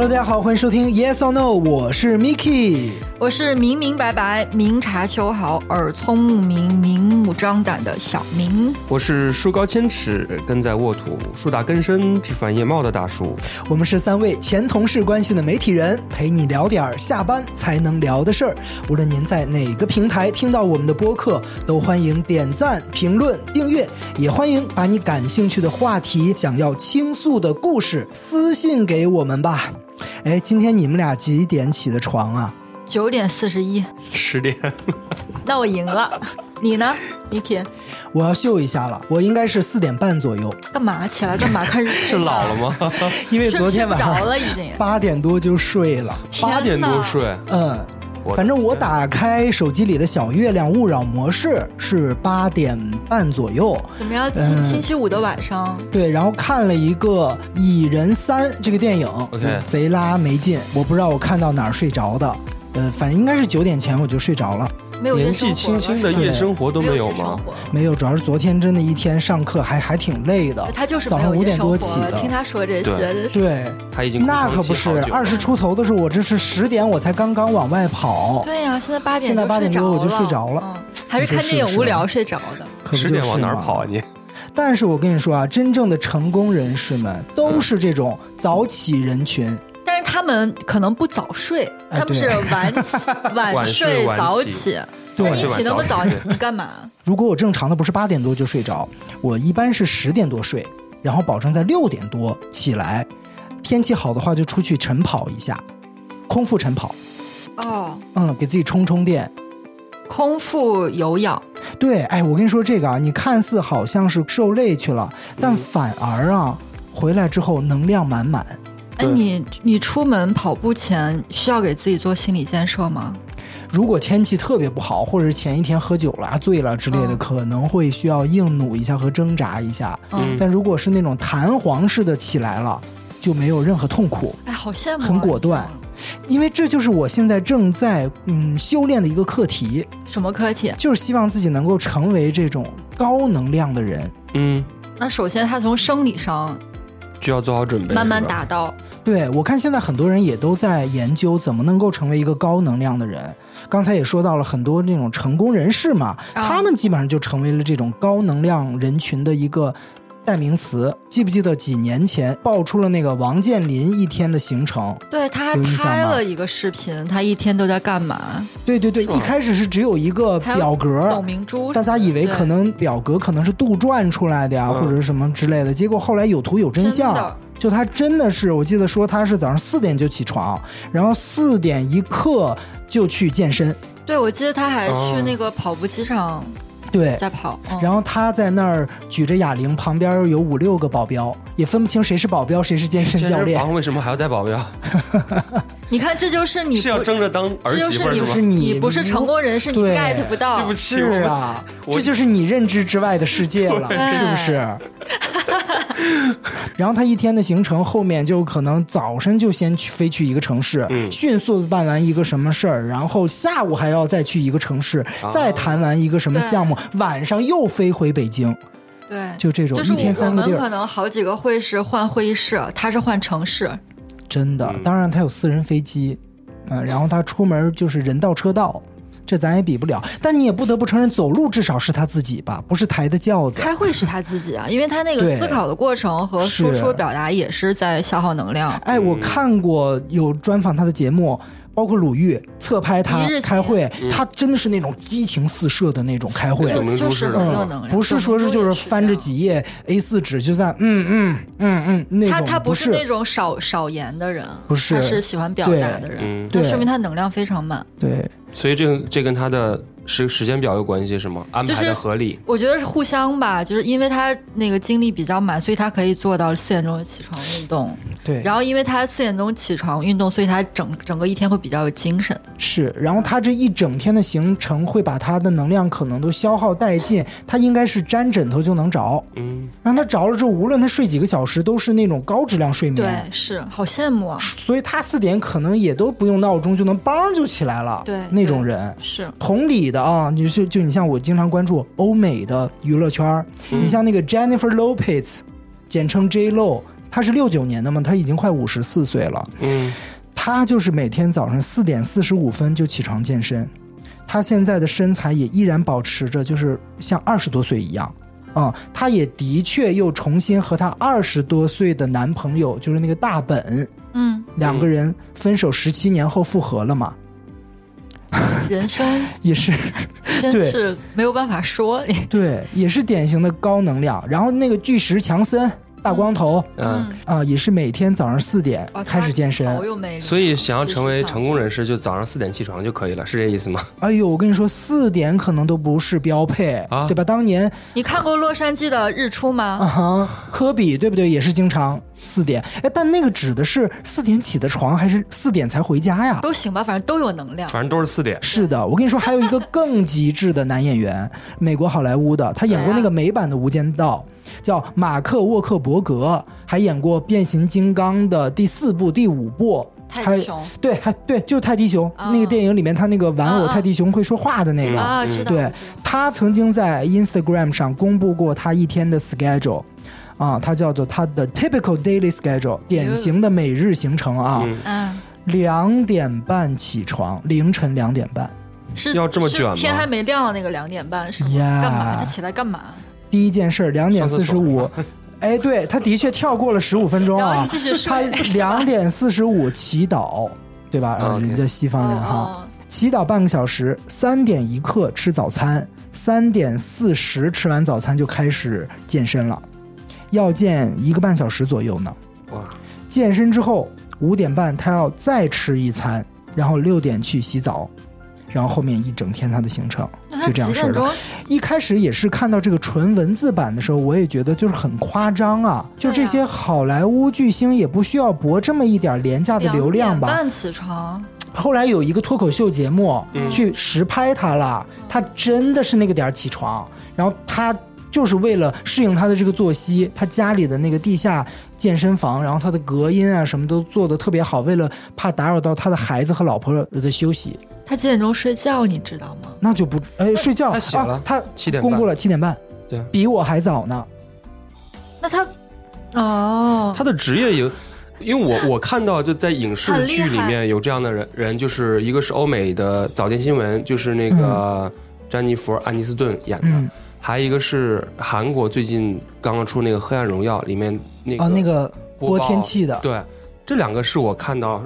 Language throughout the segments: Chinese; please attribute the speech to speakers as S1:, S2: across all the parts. S1: 大家好，欢迎收听 Yes or No，我是 Miki。
S2: 我是明明白白、明察秋毫、耳聪目明、明目张胆的小明。
S3: 我是树高千尺，根在沃土；树大根深，枝繁叶茂的大树。
S1: 我们是三位前同事关系的媒体人，陪你聊点儿下班才能聊的事儿。无论您在哪个平台听到我们的播客，都欢迎点赞、评论、订阅，也欢迎把你感兴趣的话题、想要倾诉的故事私信给我们吧。哎，今天你们俩几点起的床啊？
S2: 九点四十一，
S3: 十点，
S2: 那我赢 了。你呢，Miki？
S1: 我要秀一下了，我应该是四点半左右，
S2: 干嘛起来？干嘛？看日啊
S3: 是
S2: 是
S3: 老了？吗？
S1: 因为
S2: 睡
S1: 昨天晚
S2: 睡不着
S1: 上
S2: 了已经。
S1: 八点多就睡了。
S2: 天
S3: 八
S2: 哪
S3: 点多睡，
S1: 嗯，
S3: 我
S1: 反正我打开手机里的小月亮勿扰模式是八点半左右，
S2: 怎么样？星
S1: 嗯
S2: 星期五的晚上，
S1: 对，然后看了一个《蚁人三》这个电影
S3: OK
S1: 贼拉没劲，我不知道我看到哪儿睡着的，呃，反正应该是九点前我就睡着了，
S2: 没有
S3: 年
S2: 夜生
S3: 纪
S2: 活
S3: 轻
S2: 了
S3: 轻的夜生活都没有
S2: 夜生
S3: 吗？
S2: 活了
S1: 没有，主要是昨天真的一天上课还还挺累的，
S2: 呃他就是
S1: 早
S2: 没
S1: 上
S2: 有
S1: 五
S2: 夜
S1: 点
S2: 生
S1: 多
S2: 活
S1: 起
S2: 了。
S1: 的，
S2: 听他说这些，
S3: 对
S2: 真是
S1: 对。
S3: 他已经
S1: 那可不是，二十出头的时候，我这是十点我才刚刚往外跑，
S2: 对呀、现在八点
S1: 现在八点多我就睡着
S2: 了，
S1: 了
S2: 嗯，还是看电影无聊睡着的。
S1: 可不
S3: 十
S1: 就
S3: 点
S1: 是
S3: 往哪儿
S1: 嘛
S3: 跑啊你？
S1: 但是我跟你说啊，真正的成功人士们都是这种早起人群，
S2: 但是他们可能不早睡，
S1: 哎
S2: 他们是 晚起晚
S3: 晚
S2: 睡
S3: 睡晚
S2: 早
S3: 起
S2: 起。
S1: 对
S2: 那你
S3: 是吧
S2: 起那么早，
S3: 早
S2: 你
S3: 起
S2: 你 干嘛？
S1: 如果我正常的不是八点多就睡着，我一般是十点多睡，然后保证在六点多起来，天气好的话就出去晨跑一下，空腹晨跑，
S2: 哦，
S1: 嗯，给自己充充电。
S2: 空腹有氧，
S1: 对，哎，我跟你说这个啊，你看似好像是受累去了，但反而啊，回来之后能量满满。
S2: 哎，
S3: 对
S2: 你你出门跑步前需要给自己做心理建设吗？
S1: 如果天气特别不好，或者是前一天喝酒了、醉了之类的，
S2: 嗯
S1: 可能会需要硬努一下和挣扎一下。
S2: 嗯，
S1: 但如果是那种弹簧式的起来了，就没有任何痛苦，
S2: 哎，好羡慕啊，
S1: 很果断因为这就是我现在正在嗯修炼的一个课题，
S2: 什么课题？
S1: 就是希望自己能够成为这种高能量的人。
S3: 嗯，
S2: 那首先，他从生理上
S3: 就要做好准备，
S2: 慢慢
S3: 是吧。
S2: 达到。
S1: 对我看现在很多人也都在研究怎么能够成为一个高能量的人。刚才也说到了很多那种成功人士嘛，
S2: 啊
S1: 他们基本上就成为了这种高能量人群的一个。代名词，记不记得几年前爆出了那个王健林一天的行程？
S2: 对，他还
S1: 有印象
S2: 拍
S1: 吗
S2: 了一个视频，他一天都在干嘛？
S1: 对对对，一开始是只有一个
S2: 嗯还有
S1: 表格，
S2: 董明珠，
S1: 大家以为可能表格可能是杜撰出来的呀，
S3: 嗯
S1: 或者是什么之类的，结果后来有图有真相，
S2: 真的
S1: 就他真的是，我记得说他是早上四点就起床，然后四点一刻就去健身，
S2: 对，我记得他还去
S3: 哦
S2: 那个跑步机上
S1: 对。
S2: 在跑，嗯
S1: 然后他在那儿举着哑铃，旁边有五六个保镖，也分不清谁是保镖，谁是健身
S3: 健
S1: 教
S3: 身
S1: 练。
S3: 房为什么还要带保镖？
S2: 你看，这就是你
S3: 是要
S2: 不
S3: 争着当儿
S2: 这
S3: 媳妇
S2: 就
S3: 儿
S1: 就是是
S3: 吗？
S1: 你，
S2: 不是成功人士，你
S1: 对
S2: get 不到。
S3: 对不起，
S1: 是啊，
S3: 我
S1: 这就是你认知之外的世界 了，
S2: 对
S1: 是不是？然后他一天的行程后面就可能早晨就先去飞去一个城市，
S3: 嗯
S1: 迅速地办完一个什么事儿，然后下午还要再去一个城市，
S3: 啊
S1: 再谈完一个什么项目，晚上又飞回北京，
S2: 对，
S1: 就这种
S2: 就是
S1: 一天
S2: 我
S1: 三个地
S2: 们可
S1: 儿，
S2: 能好几个会是换会议室，他是换城市。
S1: 真的。
S3: 嗯
S1: 当然他有私人飞机，嗯、然后他出门就是人到车到。这咱也比不了，但你也不得不承认，走路至少是他自己吧，不是抬的轿子。
S2: 开会是他自己啊，因为他那个
S1: 对
S2: 思考的过程和
S1: 是
S2: 输出表达也是在消耗能量。
S1: 哎，我看过有专访他的节目，包括鲁豫侧拍他
S2: 一日行
S1: 开会，他真的是那种激情四射的那种开会。
S3: 就董明珠
S2: 就是
S3: 是
S2: 很
S3: 的
S2: 有能
S1: 嗯
S2: 量，
S1: 不是说是就是翻着几页 A 4纸就在嗯嗯嗯嗯那
S2: 董明珠也是这
S1: 种
S2: 样。他他
S1: 不
S2: 不那种少少言的人，
S1: 不是
S2: 他是喜欢表达的人，
S3: 嗯，
S2: 那
S1: 对
S2: 说明他能量非常满。
S1: 对
S3: 所以这个这跟他的时时间表有关系是吗？安
S2: 就是
S3: 排的合理，
S2: 我觉得是互相吧，就是因为他那个精力比较满，所以他可以做到四点钟起床运动。
S1: 对，
S2: 然后因为他四点钟起床运动，所以他整整个一天会比较有精神。
S1: 是，然后他这一整天的行程会把他的能量可能都消耗殆尽，他应该是沾枕头就能着，
S3: 嗯，
S1: 然后他着了之后，无论他睡几个小时，都是那种高质量睡
S2: 对
S1: 眠。，
S2: 是好羡慕啊！
S1: 所以他四点可能也都不用闹钟就能梆就起来了，
S2: 对
S1: 那种
S2: 对
S1: 人。
S2: 是
S1: 同理的啊，你就就你像我经常关注
S2: 嗯
S1: 欧美的娱乐圈儿，你像那个 Jennifer Lopez，简称 J Lo，他是六九年的嘛，他已经快五十四岁了。
S3: 嗯，
S1: 他就是每天早上四点四十五分就起床健身，他现在的身材也依然保持着，就是像二十多岁一样。啊、他也的确又重新和她二十多岁的男朋友，就是那个大本，
S2: 嗯，
S1: 两个人分手十七年后复合了嘛，
S2: 人生
S1: 也是
S2: 真
S1: 对
S2: 是没有办法说。
S1: 对，也是典型的高能量。然后那个巨石强森，大光头
S3: 嗯，
S1: 啊、也是每天早上四点
S2: 哦
S1: 开始健身。
S2: 好有魅力。
S3: 所以想要成为成功
S2: 人。
S3: 人士，就早上四点起床就可以了，是这 意思吗？
S1: 哎呦，我跟你说，四点可能都不是标配，
S3: 啊
S1: 对吧？当年
S2: 你看过洛杉矶的日出
S1: 啊
S2: 吗？
S1: 哈，科比对不对？也是经常四点，哎，但那个指的是四点起的床，还是四点才回家呀？
S2: 都行吧，反正都有能量。
S3: 反正都是四点。
S1: 是的，我跟你说，还有一个更极致的男演员，美国好莱坞的，他演过那个美版的《无间道》，叫马克·沃克伯格，还演过《变形金刚》的第四部、第五部，
S2: 泰
S1: 还
S2: 迪熊
S1: 对，还对，就是泰迪熊、
S2: 啊
S1: 那个电影里面，他那个玩偶
S2: 啊啊
S1: 泰迪熊会说话的那个，
S2: 啊，知
S1: 嗯
S2: 道。
S1: 对他曾经在 Instagram 上公布过他一天的 schedule，啊，他叫做他的 typical daily schedule，典型的每日行程啊，
S3: 嗯，
S2: 嗯，
S1: 两点半起床，凌晨两点半，
S2: 是
S3: 要这么卷吗
S2: 是天还没亮的那个两点半是吗？
S1: 呀
S2: 干嘛？他起来干嘛？
S1: 第一件事两点四十
S3: 上厕
S1: 五。 哎，对，他的确跳过了十五分钟
S2: 然后
S1: 啊
S2: 你继续，
S1: 他
S2: 睡是吧
S1: 两点四十五祈祷，对吧？
S3: 啊，OK
S1: 人家西方人哈，
S2: 哦
S1: 祈祷半个小时，三点一刻吃早餐，三点四十吃完早餐就开始健身了，要健一个半小时左右呢。
S3: 哇，
S1: 健身之后五点半他要再吃一餐，然后六点去洗澡，然后后面一整天他的行程
S2: 哦
S1: 就
S2: 那他
S1: 这样
S2: 几
S1: 式
S2: 点
S1: 儿的。
S2: 钟？
S1: 一开始也是看到这个纯文字版的时候，我也觉得就是很夸张啊，就这些好莱坞巨星也不需要博这么一点廉价的流量吧？
S2: 两点半起床，
S1: 后来有一个脱口秀节目、
S3: 嗯
S1: 去实拍他了，他真的是那个点儿起床，然后他就是为了适应他的这个作息，他家里的那个地下健身房，然后他的隔音啊什么都做得特别好，为了怕打扰到他的孩子和老婆的休息，
S2: 他几点钟睡觉？你知道吗？
S1: 那就不哎睡觉
S3: 他写了
S1: 啊他
S3: 七点半
S1: 公布了七点半，
S3: 对啊
S1: 比我还早呢。
S2: 那他哦，
S3: 他的职业有，因为我我看到就在影视
S2: 很厉
S3: 剧
S2: 害
S3: 里面有这样的人，人就是一个是欧美的早间新闻，就是那个詹妮弗·安妮斯顿演的，
S1: 嗯
S3: 还有一个是韩国最近刚刚出那个《黑暗荣耀》里面那个、
S1: 啊，那个播
S3: 报
S1: 天气的，
S3: 对。这两个是我看到，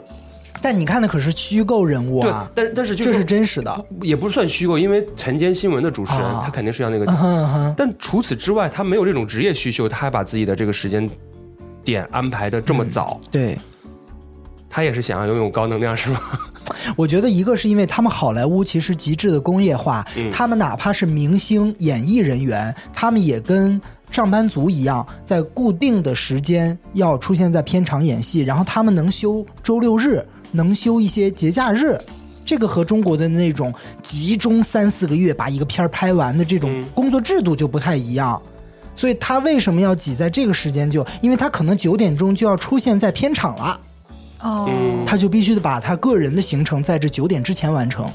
S1: 但你看的可是虚构人物
S3: 对
S1: 啊，，
S3: 但但是就
S1: 这是真实的。
S3: 也不算虚构，因为晨间新闻的主持人、
S1: 啊
S3: 他肯定是要那个
S1: 嗯哼嗯哼，
S3: 但除此之外，他没有这种职业需求，他还把自己的这个时间点安排的这么早，
S1: 对。嗯
S3: 他也是想要拥有高能量，是吗？
S1: 我觉得一个是因为他们好莱坞其实极致的工业化，
S3: 嗯
S1: 他们哪怕是明星、演艺人员，他们也跟。上班族一样，在固定的时间要出现在片场演戏，然后他们能休周六日，能休一些节假日，这个和中国的那种集中三四个月把一个片儿拍完的这种
S3: 嗯
S1: 工作制度就不太一样。所以他为什么要挤在这个时间就？因为他可能九点钟就要出现在片场了。
S2: 哦，
S3: 嗯
S1: 他就必须得把他个人的行程在这九点之前完成。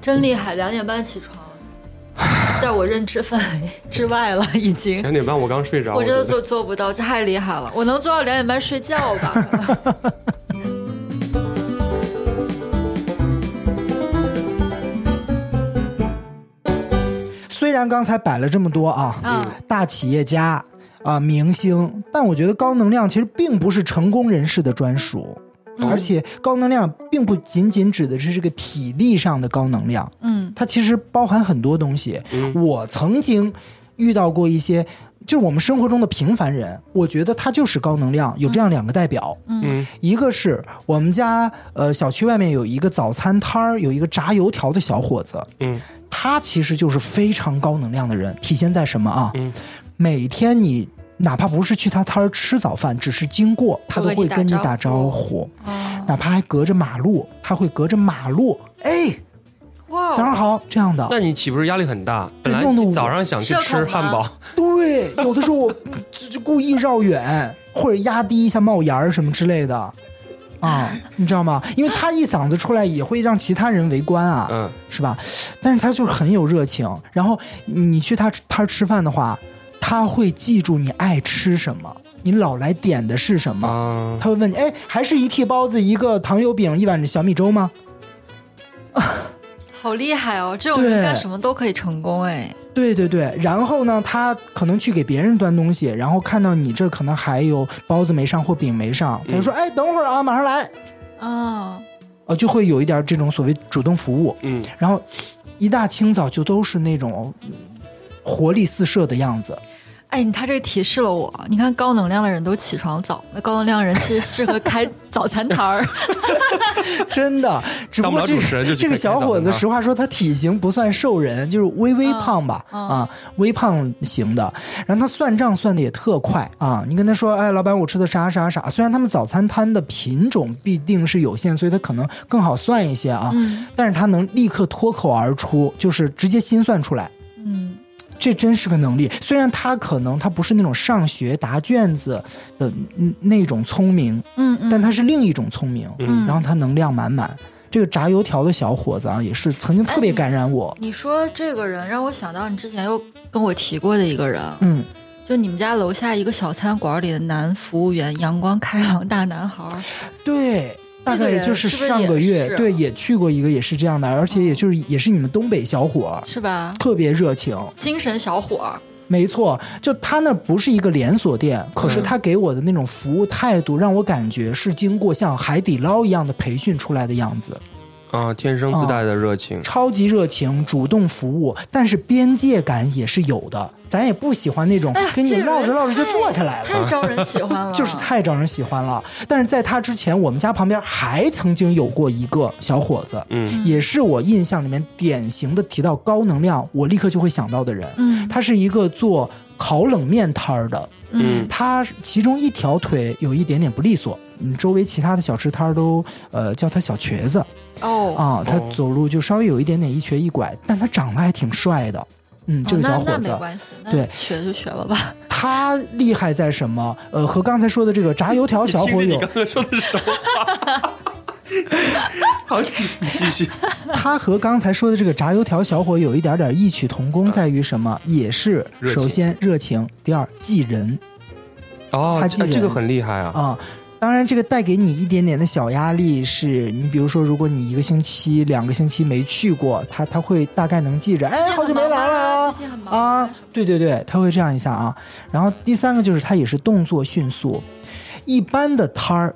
S2: 真厉害，两点半起床，在我认知范围之外了，已经。
S3: 两点半我刚睡着，
S2: 我真的
S3: 觉
S2: 做
S3: 得
S2: 做不到，这太厉害了！我能做到两点半睡觉 吧？
S1: 虽然刚才摆了这么多啊，
S2: 嗯，
S1: 大企业家啊、明星，但我觉得高能量其实并不是成功人士的专属。
S2: 嗯
S1: 而且高能量并不仅仅指的是这个体力上的高能量，
S2: 嗯，
S1: 它其实包含很多东西。我曾经遇到过一些，就是我们生活中的平凡人，我觉得他就是高能量，有这样两个代表。
S3: 嗯，
S1: 一个是我们家呃小区外面有一个早餐摊儿，有一个炸油条的小伙子，
S3: 嗯
S1: 他其实就是非常高能量的人，体现在什么啊？
S3: 嗯
S1: 每天你哪怕不是去他摊儿吃早饭，只是经过，他都会跟你打招呼，
S2: 哦，
S1: 哪怕还隔着马路，他会隔着马路，哎，
S2: 哇
S1: 早上
S2: 哦，
S1: 好这样的。
S3: 那你岂不是压力很大？
S1: 对
S3: 本来
S1: 弄得我
S3: 早上想去吃汉
S2: 社
S3: 堡，
S1: 对，有的时候我就就故意绕远，或者压低一下帽檐儿什么之类的，啊，你知道吗？因为他一嗓子出来也会让其他人围观啊，
S3: 嗯，
S1: 是吧？但是他就是很有热情。然后你去他摊儿吃饭的话，他会记住你爱吃什么，你老来点的是什么。
S3: 啊，
S1: 他会问你，哎，还是一屉包子、一个糖油饼、一碗小米粥吗？
S2: 好厉害哦！这种人
S1: 对
S2: 干什么都可以成功哎。
S1: 对对对，然后呢，他可能去给别人端东西，然后看到你这儿可能还有包子没上或饼没上，他就说：“哎，等会儿啊，马上来。
S2: 嗯，”
S1: 呃，就会有一点这种所谓主动服务。
S3: 嗯，
S1: 然后一大清早就都是那种嗯活力四射的样子。
S2: 哎，你他这个提示了我。你看，高能量的人都起床早，那高能量人其实适合开早餐摊儿。
S1: 真的，只不
S3: 当不
S1: 过
S3: 了
S1: 这
S3: 主持人就
S1: 个
S3: 去
S1: 这个
S3: 开
S1: 小伙
S3: 开早
S1: 子，
S3: 餐
S1: 实话说，他体型不算瘦人，就是微微
S2: 嗯
S1: 胖吧，
S2: 嗯
S1: 啊，微胖型的。然后他算账算的也特快啊，你跟他说，哎，老板，我吃的啥啥啥。虽然他们早餐摊的品种必定是有限，所以他可能更好算一些啊，
S2: 嗯
S1: 但是他能立刻脱口而出，就是直接心算出来。
S2: 嗯，
S1: 这真是个能力，虽然他可能他不是那种上学答卷子的嗯那种聪明，
S2: 嗯嗯，
S1: 但他是另一种聪明。
S2: 嗯，
S1: 然后他能量满满。这个炸油条的小伙子啊，也是曾经特
S2: 嗯
S1: 别感染我。
S2: 你说这个人让我想到你之前又跟我提过的一个人，
S1: 嗯，
S2: 就你们家楼下一个小餐馆里的男服务员，阳光开朗大男孩儿。
S1: 对，大
S2: 那个
S1: 概
S2: 人
S1: 就是
S2: 不是
S1: 上个
S2: 也
S1: 月，
S2: 是啊哦
S1: 对，也去过一个，也是这样的，而且也就是也是你们东北小伙儿，
S2: 是吧？
S1: 特别热情。
S2: 精神小伙儿，
S1: 没错，就他那不是一个连锁店，可
S2: 嗯
S1: 是他给我的那种服务态度，让我感觉是经过像海底捞一样的培训出来的样子，
S3: 啊，天生自带的热情，
S1: 超级热情，主动服务，但是边界感也是有的。咱也不喜欢那种
S2: 哎呀
S1: 跟你
S2: 这个人
S1: 唠着唠着就
S2: 太
S1: 坐下来了，
S2: 太招人喜欢了。
S1: 就是太招人喜欢了。但是在他之前，我们家旁边还曾经有过一个小伙子，
S3: 嗯
S1: 也是我印象里面典型的提到高能量，我立刻就会想到的人。
S2: 嗯
S1: 他是一个做烤冷面摊儿的，
S3: 嗯
S1: 他其中一条腿有一点点不利索，嗯，周围其他的小吃摊儿都呃叫他小瘸子
S2: 哦，
S1: 啊，他走路就稍微有一点点一瘸一拐，但他长得还挺帅的。嗯，这个小
S2: 哦、
S1: 伙
S2: 那那
S1: 子，
S2: 没关系，那
S1: 对
S2: 学就学了吧。
S1: 他厉害在什么？呃，和刚才说的这个炸油条小 伙有
S3: 刚说的什么话？好，你继续。
S1: 他和刚才说的这个炸油条小伙有一点点异曲同工，在于什么？也是
S3: 热情
S1: 首先热情，第二记人
S3: 哦，
S1: 他
S3: 这
S1: 竟然
S3: 这个很厉害啊！
S1: 啊。当然，这个带给你一点点的小压力是，你比如说，如果你一个星期、两个星期没去过，他他会大概能记着， 哎，好久没来了
S2: 啊，
S1: 啊
S2: 最近很忙
S1: 啊，对对对，他会这样一下啊。然后第三个就是他也是动作迅速，一般的摊儿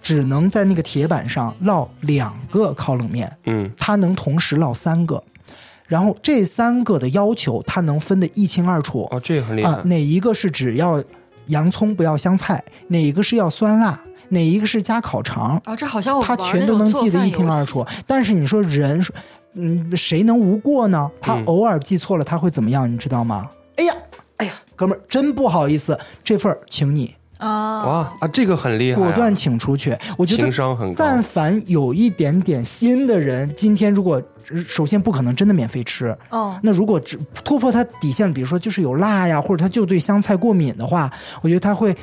S1: 只能在那个铁板上烙两个烤冷面，
S3: 嗯
S1: 他能同时烙三个，然后这三个的要求他能分得一清二楚
S3: 哦，这个很厉
S1: 啊
S3: 害，。
S1: 哪一个是只要洋葱不要香菜，哪一个是要酸辣，哪一个是加烤肠，
S2: 啊，这好像我
S1: 他
S2: 们玩
S1: 全
S2: 那
S1: 都
S2: 种
S1: 能
S2: 做
S1: 记得
S2: 饭
S1: 一清
S2: 游
S1: 二
S2: 戏
S1: 楚。但是你说人，嗯，谁能无过呢？他
S3: 嗯
S1: 偶尔记错了，他会怎么样？你知道吗？哎呀，哎呀，哥们儿，真不好意思，这份儿请你
S2: 啊。
S3: 哇啊，这个很厉害啊，
S1: 果断请出去。我觉得
S3: 情商很高。
S1: 但凡有一点点心的人，今天如果呃首先不可能真的免费吃，
S2: 哦，
S1: 那如果只突破他底线，比如说就是有辣呀，或者他就对香菜过敏的话，我觉得他会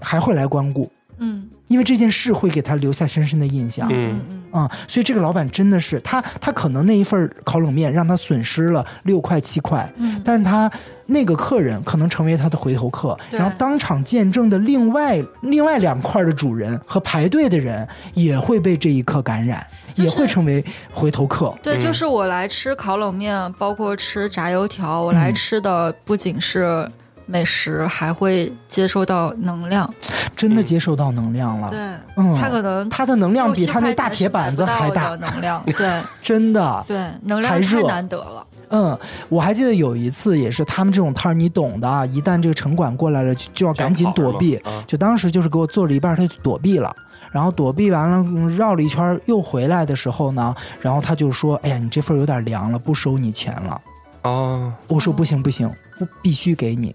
S1: 还会来光顾，
S2: 嗯
S1: 因为这件事会给他留下深深的印象。
S2: 嗯
S3: 嗯，
S2: 嗯，
S1: 啊、所以这个老板真的是他，他可能那一份烤冷面让他损失了六块七块，
S2: 嗯
S1: 但他那个客人可能成为他的回头客，
S2: 对
S1: 然后当场见证的另外另外两块的主人和排队的人也会被这一刻感染，
S2: 就是
S1: 也会成为回头客。
S2: 对，
S3: 嗯
S2: 就是我来吃烤冷面，包括吃炸油条，我来
S1: 嗯
S2: 吃的不仅是美食，还会接收到能量。
S1: 真的接受到能量了，
S2: 对，
S1: 嗯，
S2: 他可能
S1: 他的能量比他那大铁板子还
S2: 65块钱是买不到的
S1: 大，
S2: 能 量，对
S1: 真的。
S2: 对，
S1: 还
S2: 能量太
S1: 热
S2: 难得了。
S1: 嗯，我还记得有一次也是他们这种摊儿，你懂的啊，一旦这个城管过来了，就就要赶紧躲避
S3: 想。跑了嘛啊
S1: 就当时就是给我做了一半，他就躲避了。然后躲避完了，嗯绕了一圈儿又回来的时候呢，然后他就说：“哎呀，你这份儿有点凉了，不收你钱了。”
S3: 哦，
S1: 我说
S2: 哦
S1: 不行不行，不必须给你，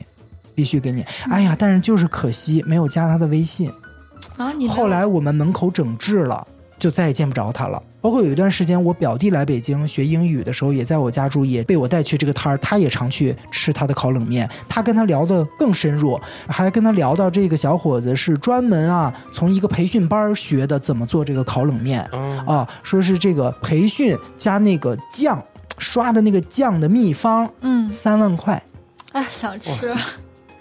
S1: 必须给你。哎呀，但是就是可惜没有加他的微信。
S2: 啊，你没有
S1: 后来我们门口整治了，就再也见不着他了。包括有一段时间，我表弟来北京学英语的时候，也在我家住，也被我带去这个摊儿，他也常去吃他的烤冷面。他跟他聊得更深入，还跟他聊到这个小伙子是专门啊从一个培训班儿学的怎么做这个烤冷面
S3: 哦
S1: 啊，说是这个培训加那个酱刷的那个酱的秘方
S2: 嗯，
S1: 三万块。
S2: 哎，想吃，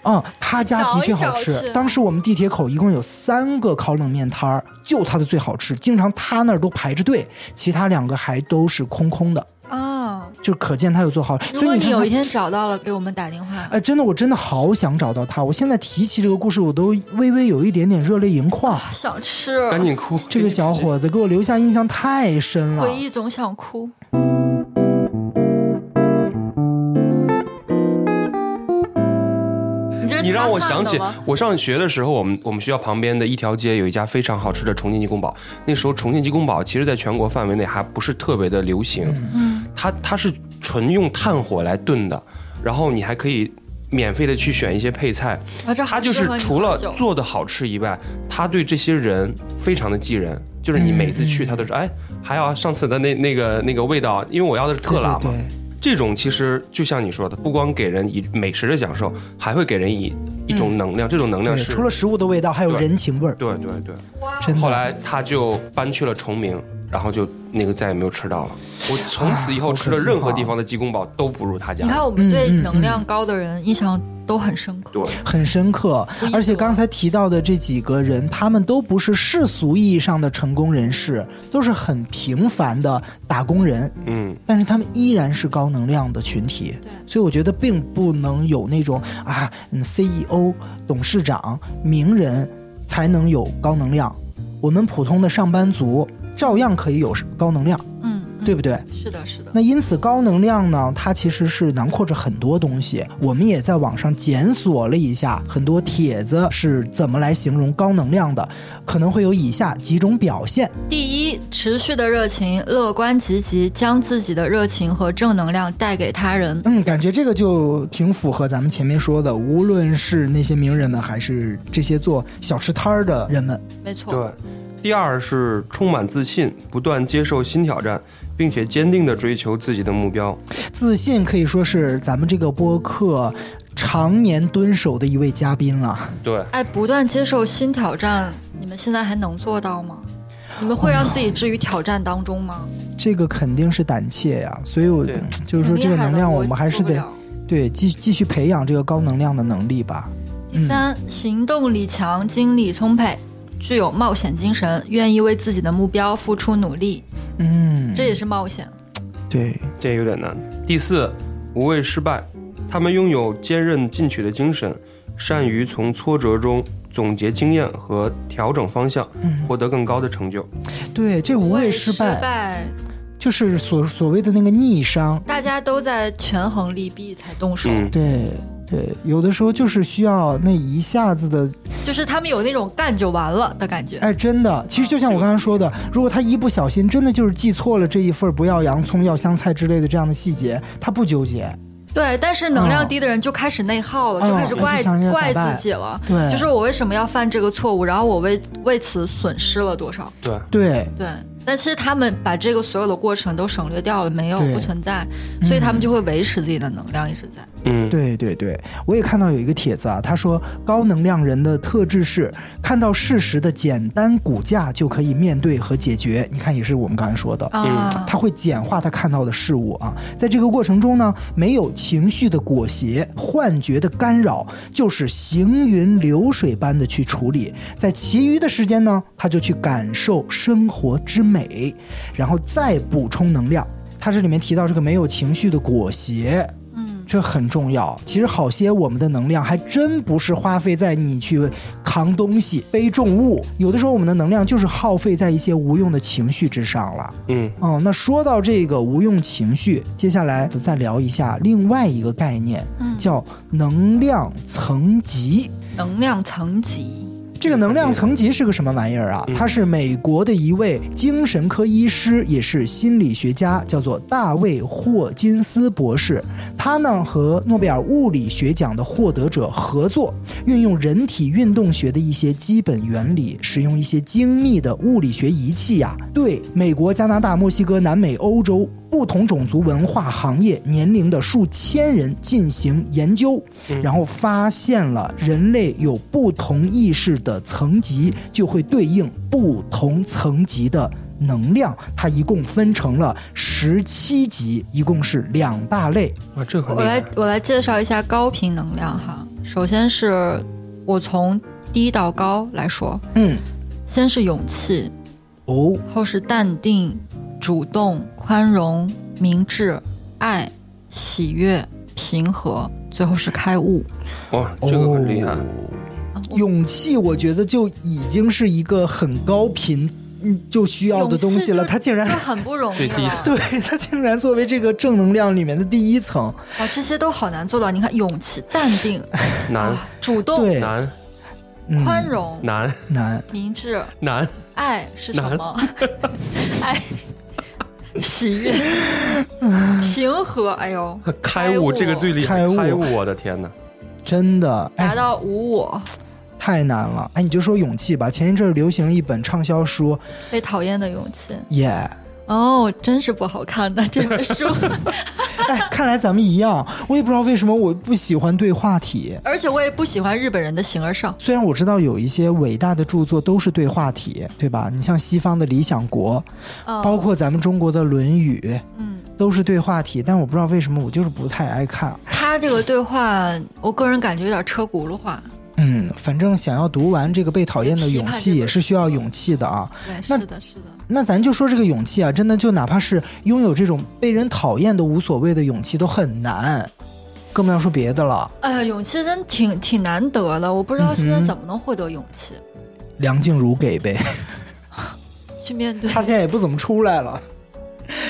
S1: 嗯，他家的确好
S2: 找一找
S1: 吃。
S2: 去
S1: 当时我们地铁口一共有三个烤冷面摊儿，就他的最好吃，经常他那儿都排着队，其他两个还都是空空的，
S2: 啊。
S1: 就可见他有做好。所
S2: 如果
S1: 以
S2: 你
S1: 看
S2: 有
S1: 他
S2: 一天找到了，给我们打电话。
S1: 哎，真的，我真的好想找到他。我现在提起这个故事，我都微微有一点点热泪盈眶。
S2: 想吃，
S3: 赶紧哭！
S1: 这个小伙子给我留下印象太深了
S2: 回。忆总想哭。你这是
S3: 你让我
S2: 擦汗
S3: 想
S2: 的
S3: 起
S2: 吗
S3: 我上学的时候，我们我们学校旁边的一条街有一家非常好吃的重庆鸡公煲。那时候重庆鸡公煲其实在全国范围内还不是特别的流行，
S2: 嗯，
S3: 它它是纯用炭火来炖的，然后你还可以免费的去选一些配菜。
S2: 啊，这
S3: 它
S2: 好
S3: 就
S2: 适
S3: 是
S2: 合你喝
S3: 除了
S2: 酒
S3: 做的好吃以外，他对这些人非常的记人。就是
S1: 嗯
S3: 你每次去，他都是哎，还有啊上次的那那个那个味道，因为我要的是特辣嘛。
S1: 对对对
S3: 这种其实就像你说的，不光给人以美食的享受，还会给人以一种能量。这种能量
S1: 嗯对，
S3: 是
S1: 除了食物的味道，还有
S3: 对
S1: 人情味儿，
S3: 对对对。
S1: 真的。
S3: 后来他就搬去了崇明，然后就那个再也没有吃到了。我从此以后
S1: 啊
S3: 吃了任
S1: 好
S3: 何地
S1: 可惜啊
S3: 方的鸡公煲都不如他家
S2: 你。看，我
S1: 嗯
S2: 们对
S1: 嗯
S2: 能量
S1: 嗯
S2: 高的人印象都很深刻。
S3: 对，
S1: 很深刻
S2: 不易，
S1: 嗯
S2: 得
S1: 而且刚才提到的这几个人，他们都不是世俗意义上的成功人士，都是很平凡的打工人，
S3: 嗯，
S1: 但是他们依然是高能量的群体。
S2: 对
S1: 所以我觉得并不能有那种啊，嗯，CEO、董事长、名人才能有高能量，我们普通的上班族照样可以有高能量，
S2: 嗯，嗯
S1: 对，不对？
S2: 是的，是的。
S1: 那因此，高能量呢，它其实是囊括着很多东西。我们也在网上检索了一下，很多帖子是怎么来形容高能量的，可能会有以下几种表现。
S2: 第一，持续的热情，乐观积极，将自己的热情和正能量带给他人。
S1: 嗯，感觉这个就挺符合咱们前面说的，无论是那些名人们，还是这些做小吃摊儿的人们，
S2: 没错，
S3: 对，第二是充满自信，不断接受新挑战，并且坚定地追求自己的目标。
S1: 自信可以说是咱们这个播客常年蹲守的一位嘉宾了。
S3: 对，
S2: 哎，不断接受新挑战，你们现在还能做到吗？你们会让自己置于挑战当中吗？
S1: 这个肯定是胆怯呀、所以我
S3: 对
S1: 就是说，
S2: 很厉
S1: 这个
S2: 害
S1: 能
S2: 的
S1: 量
S2: 我
S1: 我们还是
S2: 做不
S1: 得。
S2: 了
S1: 对，继继续培养这个高能量的能力吧。嗯
S2: 第三，行动力强，精力充沛，具有冒险精神，愿意为自己的目标付出努力，
S1: 嗯，
S2: 这也是冒险。
S1: 对，
S3: 这有点难。第四，无畏失败，他们拥有坚韧进取的精神，善于从挫折中总结经验和调整方向，
S1: 嗯，
S3: 获得更高的成就。
S1: 对，这无畏失败，
S2: 败，
S1: 就是所所谓的那个逆商。
S2: 大家都在权衡利弊才动手，
S3: 嗯，
S1: 对对，有的时候就是需要那一下子的，
S2: 就是他们有那种干就完了的感觉。
S1: 哎，真的，其实就像我刚才说的，如果他一不小心，真的就是记错了这一份儿不要洋葱要香菜之类的这样的细节，他不纠结。
S2: 对，但是能量低的人就开始内耗
S1: 嗯
S2: 了，
S1: 哦
S2: 就开始怪、
S1: 就想着咋
S2: 怪
S1: 办
S2: 自己了。
S1: 对，
S2: 就是我为什么要犯这个错误，然后我为为此损失了多少？
S3: 对，
S1: 对，
S2: 对，但其实他们把这个所有的过程都省略掉了，没有
S1: 对
S2: 不存在，所以他们
S1: 嗯
S2: 就会维持自己的能量一直在。
S3: 嗯，
S1: 对对对，我也看到有一个帖子啊，他说高能量人的特质是看到事实的简单骨架就可以面对和解决。你看，也是我们刚才说的，
S2: 啊，
S1: 他会简化他看到的事物啊。在这个过程中呢，没有情绪的裹挟、幻觉的干扰，就是行云流水般的去处理。在其余的时间呢，他就去感受生活之美，然后再补充能量。他这里面提到这个没有情绪的裹挟，
S2: 嗯，
S1: 这很重要。其实好些我们的能量还真不是花费在你去扛东西、背重物，有的时候我们的能量就是耗费在一些无用的情绪之上了。
S3: 嗯，
S1: 哦，那说到这个无用情绪，接下来再聊一下另外一个概念，
S2: 嗯
S1: 叫能量层级。
S2: 能量层级，
S1: 这个能量层级是个什么玩意儿啊？
S3: 嗯
S1: 他是美国的一位精神科医师，也是心理学家，叫做大卫·霍金斯博士。他呢和诺贝尔物理学奖的获得者合作，运用人体运动学的一些基本原理，使用一些精密的物理学仪器呀、对美国、加拿大、墨西哥、南美、欧洲。不同种族、文化、行业、年龄的数千人进行研究，
S3: 嗯
S1: 然后发现了人类有不同意识的层级，就会对应不同层级的能量。它一共分成了十七级，一共是两大类。
S3: 哇，这很
S2: 我
S3: 厉
S2: 来
S3: 害。
S2: 我来介绍一下高频能量哈。首先是我从低到高来说，
S1: 嗯，
S2: 先是勇气，
S1: 哦，
S2: 后是淡定、主动、宽容、明智、爱、喜悦、平和，最后是开悟。
S3: 哇，这个很厉害。
S1: 哦勇气，我觉得就已经是一个很高频嗯就需要的东西了。
S2: 勇气就
S1: 它竟
S2: 这
S1: 然，
S2: 很不容易啊
S3: 最低
S2: 了，
S1: 对它竟然作为这个正能量里面的第一层，
S2: 哇，哦这些都好难做到。你看，勇气、淡定、
S3: 难
S2: 啊主
S3: 哦
S2: 动、
S1: 对，
S3: 难
S1: 嗯
S2: 宽容、
S3: 难
S1: 难，
S2: 明智、
S3: 难，
S2: 爱是
S3: 难
S2: 什么？ 爱、喜悦、平和。哎呦，
S3: 开悟这个最厉害，
S1: 开悟啊
S3: 开悟！我的天哪，
S1: 真的，
S2: 达
S1: 哎，
S2: 到无我，
S1: 太难了。哎，你就说勇气吧。前一阵儿流行一本畅销书，
S2: 被讨厌的勇气。
S1: 耶、
S2: 哦，真是不好看的这本 书，
S1: 哎，看来咱们一样。我也不知道为什么我不喜欢对话体。
S2: 而且我也不喜欢日本人的形而上。
S1: 虽然我知道有一些伟大的著作都是对话体，对吧？你像西方的《理想国》，
S2: 嗯
S1: 包括咱们中国的《论语》，
S2: 嗯，
S1: 都是对话体，但我不知道为什么我就是不太爱看。
S2: 他这个对话，我个人感觉有点车轱辘话。
S1: 嗯，反正想要读完这个《被讨厌的
S2: 批
S1: 勇
S2: 判
S1: 气》
S2: 这
S1: 也
S2: 本
S1: 是需要
S2: 书
S1: 勇气的啊。
S2: 对，
S1: 那
S2: 是的，是的。
S1: 那咱就说这个勇气啊，真的就哪怕是拥有这种被人讨厌都无所谓的勇气都很难，更不要说别的了。
S2: 哎呀，勇气真挺挺难得的，我不知道现在
S1: 嗯哼
S2: 怎么能获得勇气、
S1: 梁静茹给 呗，
S2: 去面对。
S1: 她现在也不怎么出来了，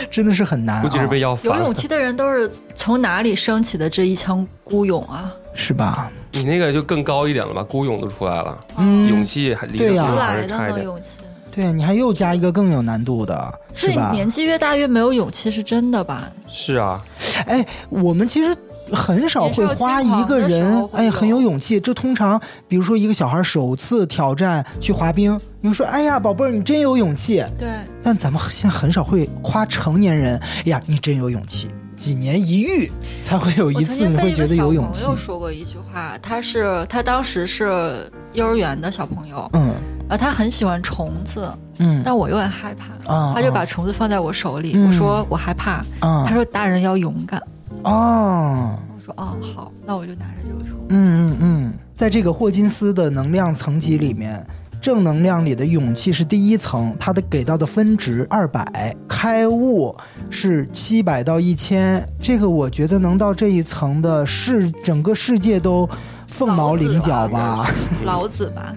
S1: 真的是很难、啊，
S3: 估计是被要
S2: 有
S3: 罚。
S2: 勇气的人都是从哪里升起的这一腔孤勇啊？
S1: 是吧？
S3: 你那个就更高一点了吧？孤勇都出来了，
S1: 嗯，
S3: 勇气还离
S1: 对
S3: 得
S1: 呀
S2: 哪
S3: 孤勇还
S2: 来
S3: 是
S2: 的
S3: 差一
S2: 呢？
S3: 点。
S2: 勇气，
S1: 对啊，你还又加一个更有难度的，
S2: 所
S1: 是
S2: 以
S1: 吧？
S2: 年纪越大越没有勇气是真的吧？
S3: 是啊，
S1: 哎，我们其实很少会花一个
S2: 年少轻狂的时
S1: 人
S2: 候，会
S1: 哎，
S2: 有
S1: 很有勇气。这通常，比如说一个小孩首次挑战去滑冰，你会说：“哎呀，宝贝儿，你真有勇气。
S2: 对，”
S1: 但咱们现在很少会夸成年人，哎呀，你真有勇气。几年一遇才会有
S2: 我
S1: 一
S2: 曾
S1: 次
S2: 经
S1: 你
S2: 被
S1: 会
S2: 一
S1: 觉
S2: 个
S1: 得
S2: 小
S1: 有
S2: 朋
S1: 勇气
S2: 友。说过一句话，他是他当时是幼儿园的小朋友，
S1: 嗯
S2: 然后他很喜欢虫子，
S1: 嗯
S2: 但我又很害怕，
S1: 啊，
S2: 他就把虫子放在我手里，
S1: 嗯
S2: 我说我害怕，
S1: 啊
S2: 他说大人要勇敢，
S1: 啊，
S2: 我说哦好，那我就拿着这个虫子。
S1: 嗯嗯嗯，在这个霍金斯的能量层级里面，正能量里的勇气是第一层，它的给到的分值二百，开悟是七百到一千。这个我觉得能到这一层的是整个世界都凤毛麟角吧，
S2: 老子吧，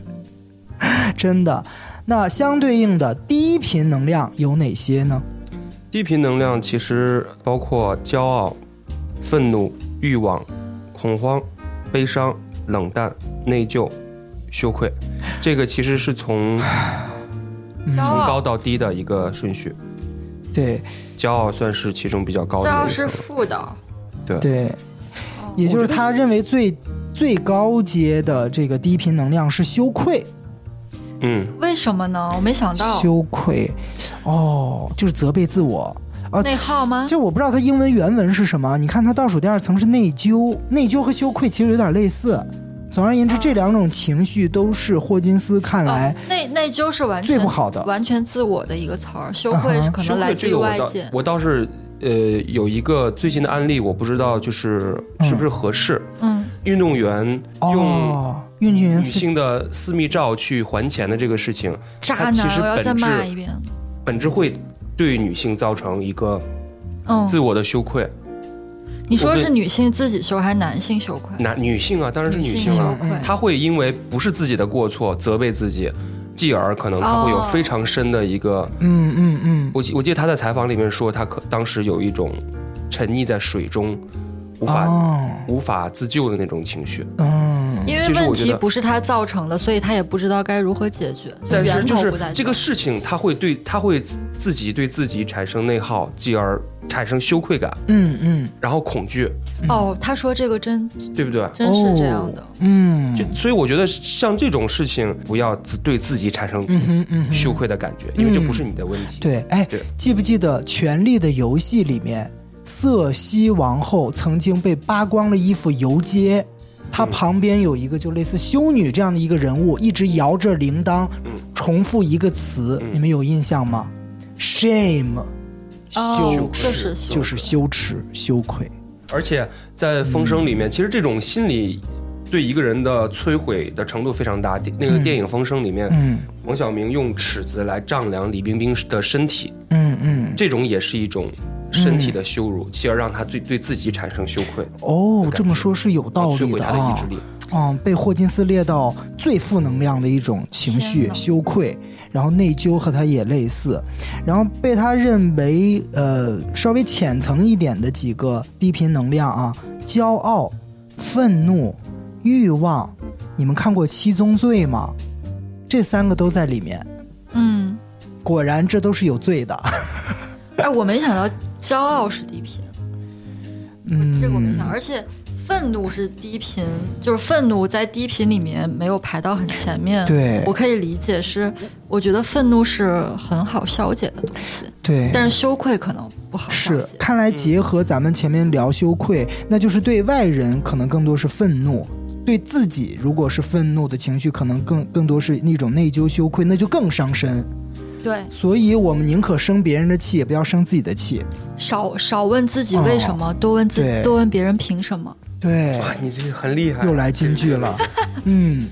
S1: 真的。那相对应的低频能量有哪些呢？
S3: 低频能量其实包括骄傲、愤怒、欲望、恐慌、悲伤、冷淡、内疚、羞愧。这个其实是从
S1: 嗯
S2: 骄
S3: 从高
S2: 傲，
S3: 到低的一个顺序，
S1: 对
S3: 骄傲算是其中比较高
S2: 骄
S3: 的那
S2: 傲
S3: 一
S2: 是。
S3: 层
S2: 负的，
S3: 呃
S1: 对，
S2: 哦
S1: 也就是他认为最最高阶的这个低频能量是羞愧。
S3: 嗯，
S2: 为什么呢？我没想到
S1: 羞愧，哦，就是责备自我。
S2: 内耗吗？
S1: 就我不知道它英文原文是什么。你看它倒数第二层是内疚，内疚和羞愧其实有点类似。总而言之，
S2: 啊
S1: 这两种情绪都是霍金斯看来，
S2: 哦、内内疚是完全
S1: 最不好的
S2: 完全自我的一个词儿，羞
S1: 嗯哼
S2: 愧是可
S3: 羞
S2: 能
S3: 愧
S2: 来自
S3: 这
S2: 于
S3: 个我
S2: 外
S3: 倒
S2: 界。
S3: 我倒是呃有一个最近的案例，我不知道就是是不是合适。
S2: 嗯，
S3: 运动员用
S1: 哦，运动员
S3: 女
S1: 非
S3: 性的私密照去还钱的这个事情，
S2: 渣
S3: 它其
S2: 男，
S3: 实
S2: 我要
S3: 本
S2: 再
S3: 质
S2: 骂一遍。
S3: 本质会对女性造成一个
S2: 嗯，
S3: 自我的羞愧。
S2: 你说
S3: 我对
S2: 是女性自己羞还是男性羞愧？
S3: 男女性啊，当然是
S2: 嗯女
S3: 女
S2: 性
S3: 性
S2: 羞
S3: 了，
S2: 愧。
S3: 她会因为不是自己的过错责备自己，继而可能她会有
S2: 哦
S3: 非常深的一个。
S1: 嗯嗯嗯，
S3: 我记我记得她在采访里面说，她可当时有一种沉溺在水中，无法、
S1: 哦，
S3: 无法自救的那种情绪。
S1: 嗯，
S2: 因为
S3: 其实我
S2: 问
S3: 觉
S2: 题
S3: 得
S2: 不是他造成的，所以他也不知道该如何解决，
S3: 但是
S2: 源
S3: 就
S2: 头
S3: 是
S2: 不在
S3: 这个事情，他会对他会自己对自己产生内耗，继而产生羞愧感，
S1: 嗯嗯
S3: 然后恐惧，
S2: 这儿哦，他说这个真
S3: 对不对？
S2: 真
S1: 哦
S2: 是这样的。
S1: 嗯，
S3: 就所以我觉得像这种事情，不要自对自己产生
S1: 嗯哼嗯哼，
S3: 羞愧的感觉，因为这不是你的问题。
S1: 对，哎
S3: 对，
S1: 记不记得《权力的游戏》里面，瑟西王后曾经被扒光了衣服游街，她
S3: 嗯
S1: 旁边有一个就类似修女这样的一个人物，一直摇着铃铛，
S3: 嗯
S1: 重复一个词，
S3: 嗯
S1: 你们有印象吗？shame，羞
S2: 哦，
S1: 耻、
S2: 这是
S1: 就
S2: 羞
S1: 是羞耻、羞愧。嗯
S3: 而且在《风声》里面，其实这种心理对一个人的摧毁的程度非常大。那个电影《风声》里面，
S1: 嗯
S3: 王晓明用尺子来丈量李冰冰的身体，
S1: 嗯嗯，
S3: 这种也是一种身体的羞辱，进而让他对对自己产生羞愧，
S1: 哦，这么说是有道
S3: 摧
S1: 理
S3: 毁
S1: 的
S3: 他的意
S1: 啊
S3: 志。力。
S1: 嗯，被霍金斯列到最负能量的一种情绪
S2: 天，哪
S1: 羞愧，然后内疚和他也类似，然后被他认为呃稍微浅层一点的几个低频能量啊，骄傲、愤怒、欲望，你们看过《七宗罪》吗？这三个都在里面，
S2: 嗯，
S1: 果然这都是有罪的。
S2: 哎，我没想到骄傲是低频，
S1: 嗯，
S2: 这个我没想到，而且愤怒是低频，就是愤怒在低频里面没有排到很前面。
S1: 对
S2: 我可以理解是，我觉得愤怒是很好消解的东西，
S1: 对，
S2: 但是羞愧可能不好消
S1: 是，
S2: 解。
S1: 看来结合咱们前面聊羞愧，那就是对外人可能更多是愤怒，对自己如果是愤怒的情绪，可能更更多是那种内疚、羞愧，那就更伤身。
S2: 对，
S1: 所以我们宁可生别人的气，也不要生自己的气。
S2: 少少问自己为什么，多问自
S1: 哦对
S2: 己，多问别人凭什么。
S1: 对，
S3: 哇，你这个很厉害，
S1: 又来金句了。嗯。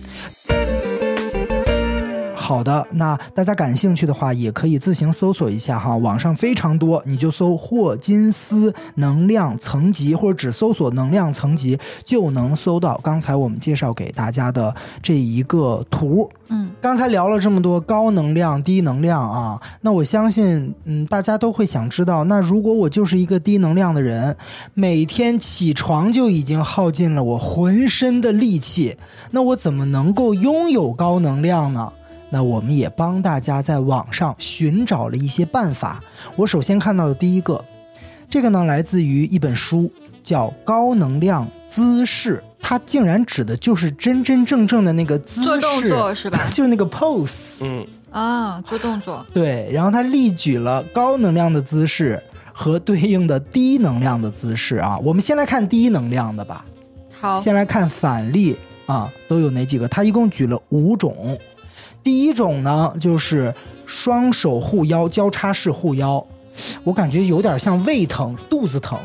S1: 好的，那大家感兴趣的话，也可以自行搜索一下哈，网上非常多，你就搜霍金斯能量层级，或者只搜索能量层级，就能搜到刚才我们介绍给大家的这一个图。
S2: 嗯，
S1: 刚才聊了这么多高能量、低能量啊，那我相信，嗯，大家都会想知道，那如果我就是一个低能量的人，每天起床就已经耗尽了我浑身的力气，那我怎么能够拥有高能量呢？那我们也帮大家在网上寻找了一些办法。我首先看到的第一个，这个呢来自于一本书，叫《高能量姿势》，它竟然指的就是真真正正的那个姿势，？
S2: 做动作是吧
S1: 嗯 就是那个 pose。
S3: 嗯，
S2: 啊，做动作，
S1: 对，然后他例举了高能量的姿势和对应的低能量的姿势啊。我们先来看低能量的吧，
S2: 好，
S1: 先来看反例啊，都有哪几个？他一共举了五种。第一种呢，就是双手护腰，交叉式护腰，我感觉有点像胃疼、肚子疼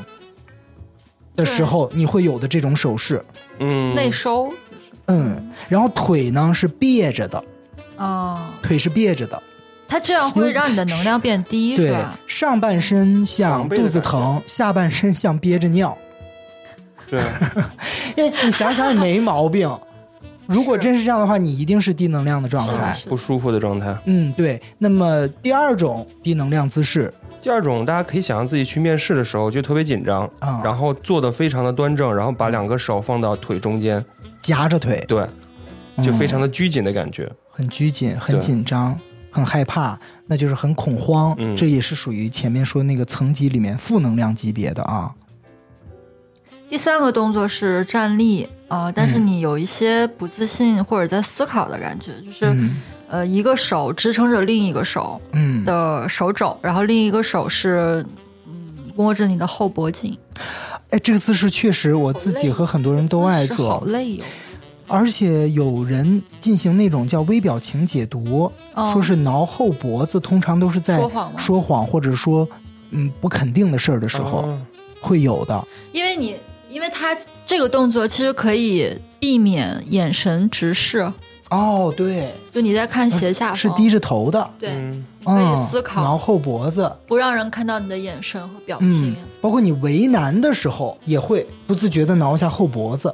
S1: 的时候你会有的这种手势。
S3: 嗯，
S2: 内收。
S1: 嗯，然后腿呢是别着的，
S2: 哦，
S1: 腿是别着的。
S2: 它这样会让你的能量变低，是
S1: 对
S2: 吧？，
S1: 上半身像肚子
S3: 长
S1: 疼，下半身 像憋着 尿。
S3: 对，啊
S1: 因
S2: 哎
S1: 为你想想也没毛 病，如果真是这样的话，你一定是低能量的状态。
S3: 不舒服的状态。
S1: 嗯，对。那么第二种低能量姿势
S3: 第二种，大家可以想象自己去面试的时候就特别紧张，
S1: 啊，
S3: 然后坐得非常的端正，然后把两个手放到腿中间，
S1: 夹着腿，
S3: 对，就非常
S1: 的、
S3: 的拘谨的感觉。
S1: 很拘谨、很
S3: 对
S1: 紧张、很害怕，那就是很恐慌。
S3: 嗯
S1: 这也是属于前面说那个层级里面负能量级别的啊。
S2: 第三个动作是站立，呃，但是
S1: 嗯
S2: 你有一些不自信或者在思考的感觉，就是、
S1: 嗯
S2: 呃，一个手支撑着另一个手
S1: 嗯，
S2: 的手肘，然后另一个手是嗯摸着你的后脖颈，
S1: 哎，这个姿势确实我自己和很多人都爱
S2: 姿势好
S1: 做，
S2: 累哟、
S1: 而且有人进行那种叫微表情解读，
S2: 嗯
S1: 说是挠后脖子，通常都是在
S2: 说谎吗？
S1: 说谎或者说嗯不肯定的事儿的时候、
S3: 哦
S1: 会有的。
S2: 因为你因为他这个动作其实可以避免眼神直视，
S1: 哦，对，
S2: 就你在看斜下方，
S1: 呃是低着头的，
S2: 对。
S3: 嗯
S2: 可以
S1: 嗯，
S2: 哦思考
S1: 挠后脖子，
S2: 不让人看到你的眼神和表情
S1: 嗯。，包括你为难的时候也会不自觉的挠一下后脖子。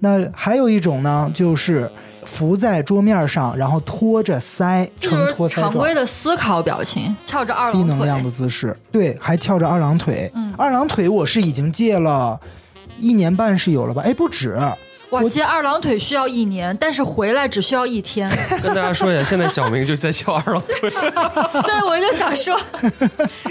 S1: 那还有一种呢，就是伏在桌面上，然后托着腮，
S2: 这
S1: 呈
S2: 就
S1: 托
S2: 是
S1: 腮
S2: 常
S1: 状
S2: 规。的思考表情，翘着二
S1: 低
S2: 郎
S1: 能量的
S2: 腿，
S1: 姿势，对，还翘着二郎腿。
S2: 嗯
S1: 二郎腿我是已经戒了一年半，是有了吧？哎，不止，
S2: 哇，
S1: 我
S2: 接二郎腿需要一年，但是回来只需要 一天。
S3: 跟大家说一下，现在小明就在翘二郎腿，
S2: 对，我就想说，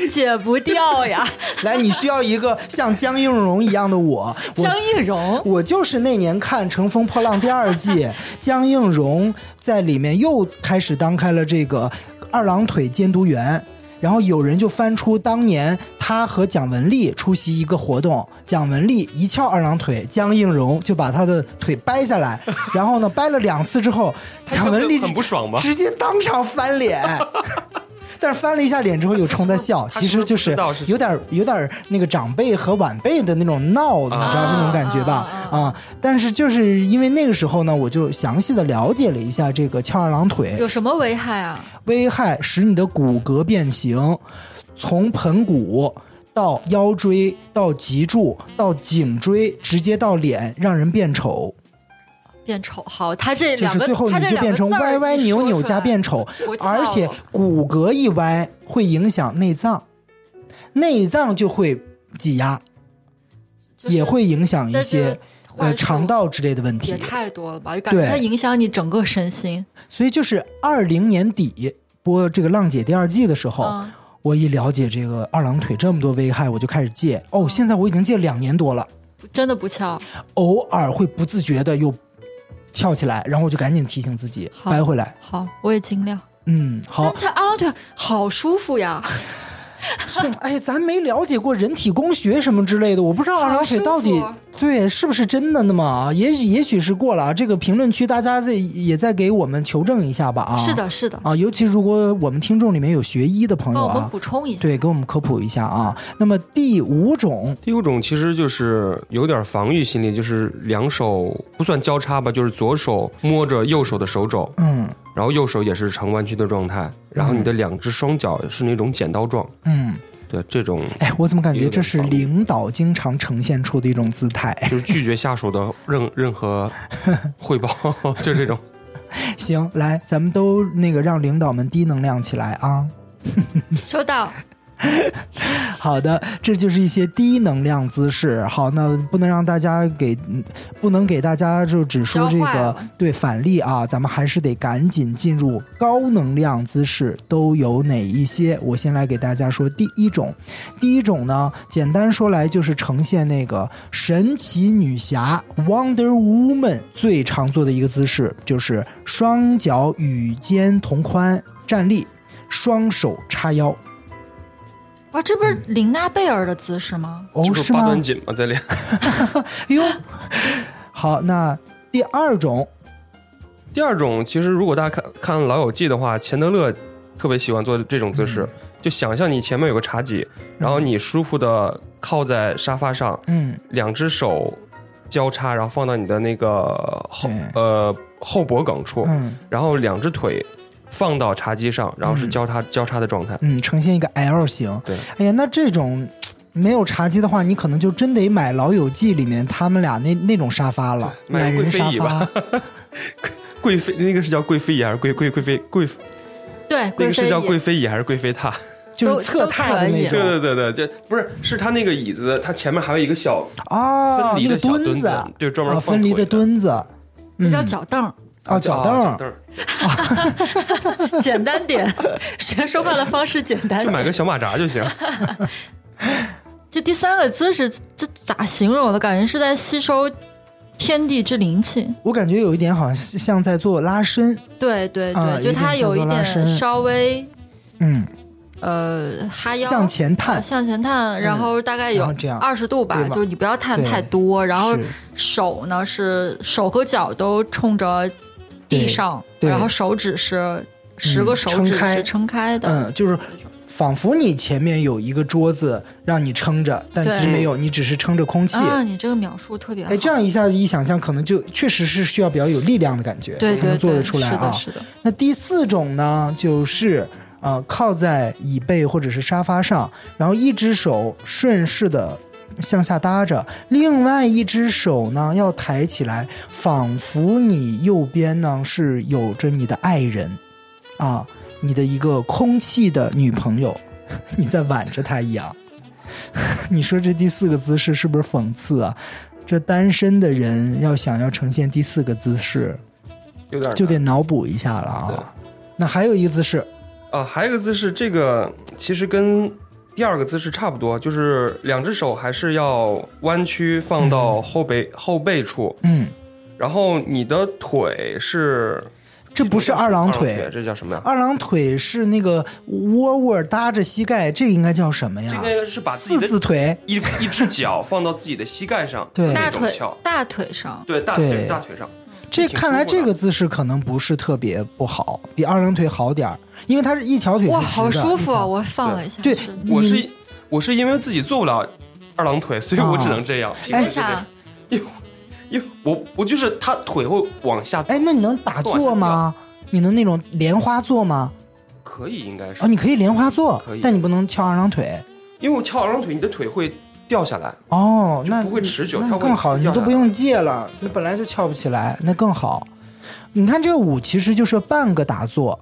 S2: 解不掉呀，
S1: 来，你需要一个像江映蓉一样的我，我
S2: 江映蓉。
S1: 我就是那年看《乘风破浪》第二季， 江映蓉在里面又开始当开了这个二郎腿监督员。然后有人就翻出当年她和蒋雯丽出席一个活动，蒋雯丽一翘二郎腿，江映蓉就把她的腿掰下 来，然后呢掰了两次之后，蒋雯丽
S3: 很不爽吧？
S1: 直接当场翻脸。但是翻了一下脸之后又冲他笑，
S3: 他
S1: 其
S3: 是
S1: 实就
S3: 不知
S1: 是
S3: 道是
S1: 有点有点那个长辈和晚辈的那种闹，你知道那种感觉吧？
S2: 啊啊
S1: 啊，但是就是因为那个时候呢，我就详细的了解了一下这个翘二郎腿，
S2: 有什么危害啊？
S1: 危害使你的骨骼变形，从盆骨到腰椎，到脊柱，到颈椎，直接到脸，让人变丑。
S2: 变丑？好，他这
S1: 就
S2: 两
S1: 是
S2: 个，
S1: 最后
S2: 他
S1: 你
S2: 这
S1: 就
S2: 两
S1: 变
S2: 个
S1: 成
S2: 字儿
S1: 歪歪
S2: 一
S1: 扭
S2: 说
S1: 扭
S2: 出
S1: 加
S2: 来
S1: 变丑，
S2: 我知道
S1: 而且
S2: 了
S1: 骨骼一歪会影响内脏，内脏就会挤压，
S2: 就是
S1: 也会影响一
S2: 那这
S1: 些
S2: 个。
S1: 呃，
S2: 患
S1: 肠
S2: 处
S1: 道之类的问题
S2: 也，太多了吧？就感觉
S1: 对
S2: 它影响你整个 身心。
S1: 所以就是二零年底播这个《浪姐》第二季的时候，
S2: 嗯，
S1: 我一了解这个二郎腿这么多危害，我就开始戒。
S2: 嗯
S1: 哦，现在我已经戒两年多了，
S2: 真的不翘。
S1: 偶尔会不自觉的又翘起来，然后我就赶紧提醒自己
S2: 好
S1: 掰回来。
S2: 好，我也尽量。
S1: 嗯，好
S2: 但，翘二郎腿好舒服呀，
S1: 所以哎，咱没了解过人体工学什么之类的，我不知道二郎腿到底
S2: 好舒服
S1: 对是不是真的那么啊？也许也许是过了啊，这个评论区大家在也在给我们求证一下吧啊。
S2: 是的，是的，
S1: 啊，尤其如果我们听众里面有学医的朋
S2: 帮
S1: 友
S2: 哦我们
S1: 啊，
S2: 补充一下。
S1: 对，给我们科普一下啊。那么第五种
S3: 第五种其实就是有点防御心理，就是两手不算交叉吧，就是左手摸着右手的手肘，
S1: 嗯
S3: 然后右手也是呈弯曲的状态，然后你的两只双脚是那种剪刀状，
S1: 嗯，
S3: 对，这种
S1: 哎，我怎么感觉
S3: 有点
S1: 这是
S3: 防御
S1: 领导经常呈现出的一种姿态？
S3: 就是拒绝下属的任任何汇报， 就这种。
S1: 哎行，来，咱们都那个让领导们低能量起来啊！
S2: 收到。
S1: 好的，这就是一些低能量姿势。好，那不能让大家给，嗯不能给大家就只说这
S2: 教坏
S1: 个
S2: 了
S1: 对反例啊，咱们还是得赶紧进入高能量姿势都有哪一些。我先来给大家说第一种，第一种呢，简单说来就是呈现那个神奇女侠 Wonder Woman 最常做的一个姿势，就是双脚与肩同宽站立，双手叉腰。
S2: 哇，这不是林娜贝尔的姿势吗？
S1: 哦
S3: 就是八
S1: 吗？
S3: 段锦嘛，在脸。
S1: 哎呦，好，那第二种，
S3: 第二种，其实如果大家看看《老友记》的话，钱德勒特别喜欢做这种姿势，
S1: 嗯
S3: 就想象你前面有个茶几，然后你舒服的靠在沙发上，
S1: 嗯，
S3: 两只手交叉，然后放到你的那个后
S1: 对
S3: 呃后脖梗处，
S1: 嗯
S3: 然后两只腿放到茶几上，然后是
S1: 嗯
S3: 交叉、交叉的状态。
S1: 嗯，呈现一个 L 型。
S3: 对，
S1: 哎呀，那这种没有茶几的话，你可能就真得买《老友记》里面他们俩那那种沙发了，
S3: 买
S1: 懒人
S3: 贵妃
S1: 沙
S3: 椅
S1: 发
S3: 吧。 贵妃那个是叫贵妃椅还是贵贵贵妃贵？
S2: 对，
S3: 那
S2: 贵
S3: 个
S2: 妃
S3: 是叫
S2: 椅。
S3: 贵妃椅还是贵妃榻？
S1: 就
S2: 都
S1: 是侧榻的那
S2: 都
S3: 对
S1: 种
S3: 对对对，就不是是它那个椅子，它前面还有一个小
S1: 啊，
S3: 分离
S1: 那
S3: 的
S1: 个
S3: 小
S1: 墩
S3: 墩
S1: 子，
S3: 子，
S1: 啊，
S3: 对，专门放
S1: 分离
S3: 腿
S1: 的墩子，
S2: 那
S1: 嗯，
S2: 叫脚凳 儿，
S1: 啊脚凳
S3: 脚
S1: 儿，
S3: 凳儿，
S2: 简单点， 学说话的方式简单
S3: 就买
S2: 点。
S3: 个小马扎就行。
S2: 这第三个姿势，这咋形容的？感觉是在吸收天地之灵气。
S1: 我感觉有一点好像像在做拉伸，
S2: 对对
S1: 啊
S2: 对，就它
S1: 有
S2: 有
S1: 一
S2: 一
S1: 点
S2: 点
S1: 像做拉伸
S2: 稍微
S1: 嗯，
S2: 呃哈腰
S1: 向前
S2: 啊
S1: 探，
S2: 向前探，然后大概
S1: 然
S2: 有
S1: 后这样
S2: 哎二十度吧
S1: 对，吧
S2: 就你不要探太多，然后
S1: 是
S2: 手呢是手和脚都冲着地上，
S1: 对对嗯
S2: 然后手指是十个手
S1: 撑
S2: 指
S1: 开
S2: 是撑开的，
S1: 嗯，就是仿佛你前面有一个桌子让你撑着，但其实
S3: 对
S1: 没有，你只是撑着空气。
S2: 啊，你这个描述特别好，
S1: 哎，这样一下子一想象，可能就确实是需要比较有力量的感觉
S2: 对
S1: 才能
S2: 对
S1: 做得
S2: 对，
S1: 出来
S2: 是
S1: 啊
S2: 的，。是的，
S1: 那第四种呢，就是呃靠在椅背或者是沙发上，然后一只手顺势的向下搭着，另外一只手呢要抬起来，仿佛你右边呢是有着你的爱人啊，你的一个空气的女朋友， 你在挽着她一样。 你说这第四个姿势是不是讽刺啊？这单身的人要想要呈现第四个姿势，
S3: 有点儿
S1: 就得
S3: 难
S1: 脑补一下了啊。那还有一个姿势，
S3: 啊，还有一个姿势，这个其实跟第二个姿势差不多，就是两只手还是要弯曲放到后背、后背处，
S1: 嗯，
S3: 然后你的腿是
S1: 这不是二郎腿，
S3: 这叫什么呀？
S1: 二郎腿是那个窝窝搭着膝盖，这应该叫什么
S3: 这
S1: 哎呀
S3: 应？该是把自己
S1: 四
S3: 的
S1: 字腿，，
S3: 一一只脚放到自己的膝盖上
S1: 对
S2: 大
S3: 那种
S2: 腿
S3: 翘
S2: 大腿上，
S3: 对大
S1: 对
S3: 腿大腿上，
S1: 这
S3: 挺
S1: 看来
S3: 舒服的
S1: 这个姿势可能不是特别不好，比二郎腿好点儿，因为它是一条腿
S2: 哇，
S1: 是直
S2: 好
S1: 的
S2: 舒服啊！
S1: 一条
S2: 我放了一下，
S1: 对嗯
S2: 是，
S3: 我
S1: 你
S3: 是我是因为自己做不了二郎腿，所以我只能这样。平
S1: 哎
S3: 时
S2: 为
S3: 就这样
S2: 啥？
S3: 因为我我就是他腿会往下，
S1: 哎，那你能打坐吗？你能那种莲花坐吗？
S3: 可以应该是
S1: 哦，，你可以莲花坐
S3: 可以，
S1: 但你不能翘二郎腿。
S3: 因为我翘二郎腿，你的腿会掉下来。
S1: 哦，
S3: 就
S1: 那
S3: 不会持久
S1: 那
S3: 它会
S1: 更好，你
S3: 掉下
S1: 都
S3: 来
S1: 不用借了，你本来就翘不起来，那更好。你看这舞其实就是半个打坐，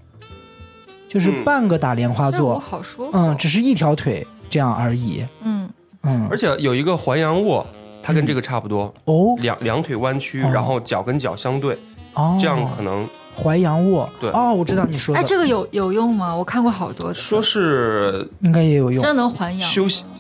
S1: 就是
S3: 嗯
S1: 半个打莲花
S2: 但是我
S1: 坐，
S2: 好舒服。啊
S1: 嗯，只是一条腿这样而已，
S2: 嗯
S1: 嗯
S3: 而，且有一个环阳卧，它跟这个差不多，
S1: 哦
S3: 两两腿弯曲，
S1: 哦
S3: 然后脚跟脚相对，
S1: 哦，
S3: 这样可能
S1: 淮阳卧，
S3: 对
S1: 哦，我知道你说
S2: 哎，
S1: 的，
S2: 这个有有用吗？我看过好多次，
S3: 说是
S1: 应该也有用
S2: 真的能还阳。
S3: 休息。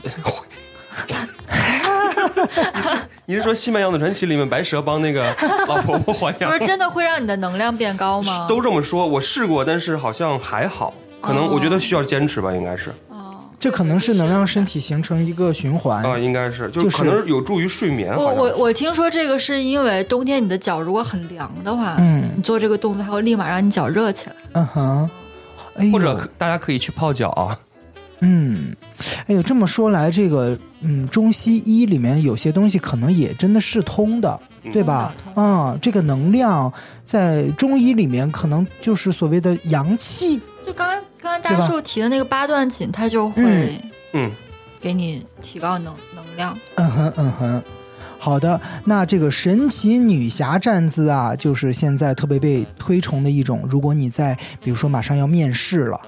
S3: 你是你是说《西麦样子传奇》里面白蛇帮那个老婆婆还
S2: 不
S3: 阳
S2: 是真的会让你的能量变高吗？
S3: 都这么说，我试过，但是好像还好，可能
S2: 哦
S3: 我觉得需要坚持吧，应该是
S2: 哦
S1: 这可能是能让身体形成一个循环。
S3: 啊，应该是，
S1: 哎就
S3: 就是可能有助于睡眠。
S2: 我
S3: 好像
S2: 我我听说这个是因为冬天你的脚如果很凉的话，
S1: 嗯
S2: 你做这个动作，它会立马让你脚热起来。
S1: 嗯哼，哎呦，
S3: 或者可大家可以去泡脚啊，
S1: 嗯，哎呦，这么说来，这个嗯，中西医里面有些东西可能也真的是通的，
S3: 嗯
S1: 对吧
S2: 通？的
S1: 啊、这个能量在中医里面可能就是所谓的阳气，
S2: 就刚刚刚
S1: 对
S2: 大
S1: 吧
S2: 树提的那个八段锦，它就会
S1: 嗯
S3: 嗯，
S2: 给你提高能能量。
S1: 嗯哼嗯哼。好的，那这个神奇女侠站姿啊，就是现在特别被推崇的一种。如果你在比如说马上要面试了，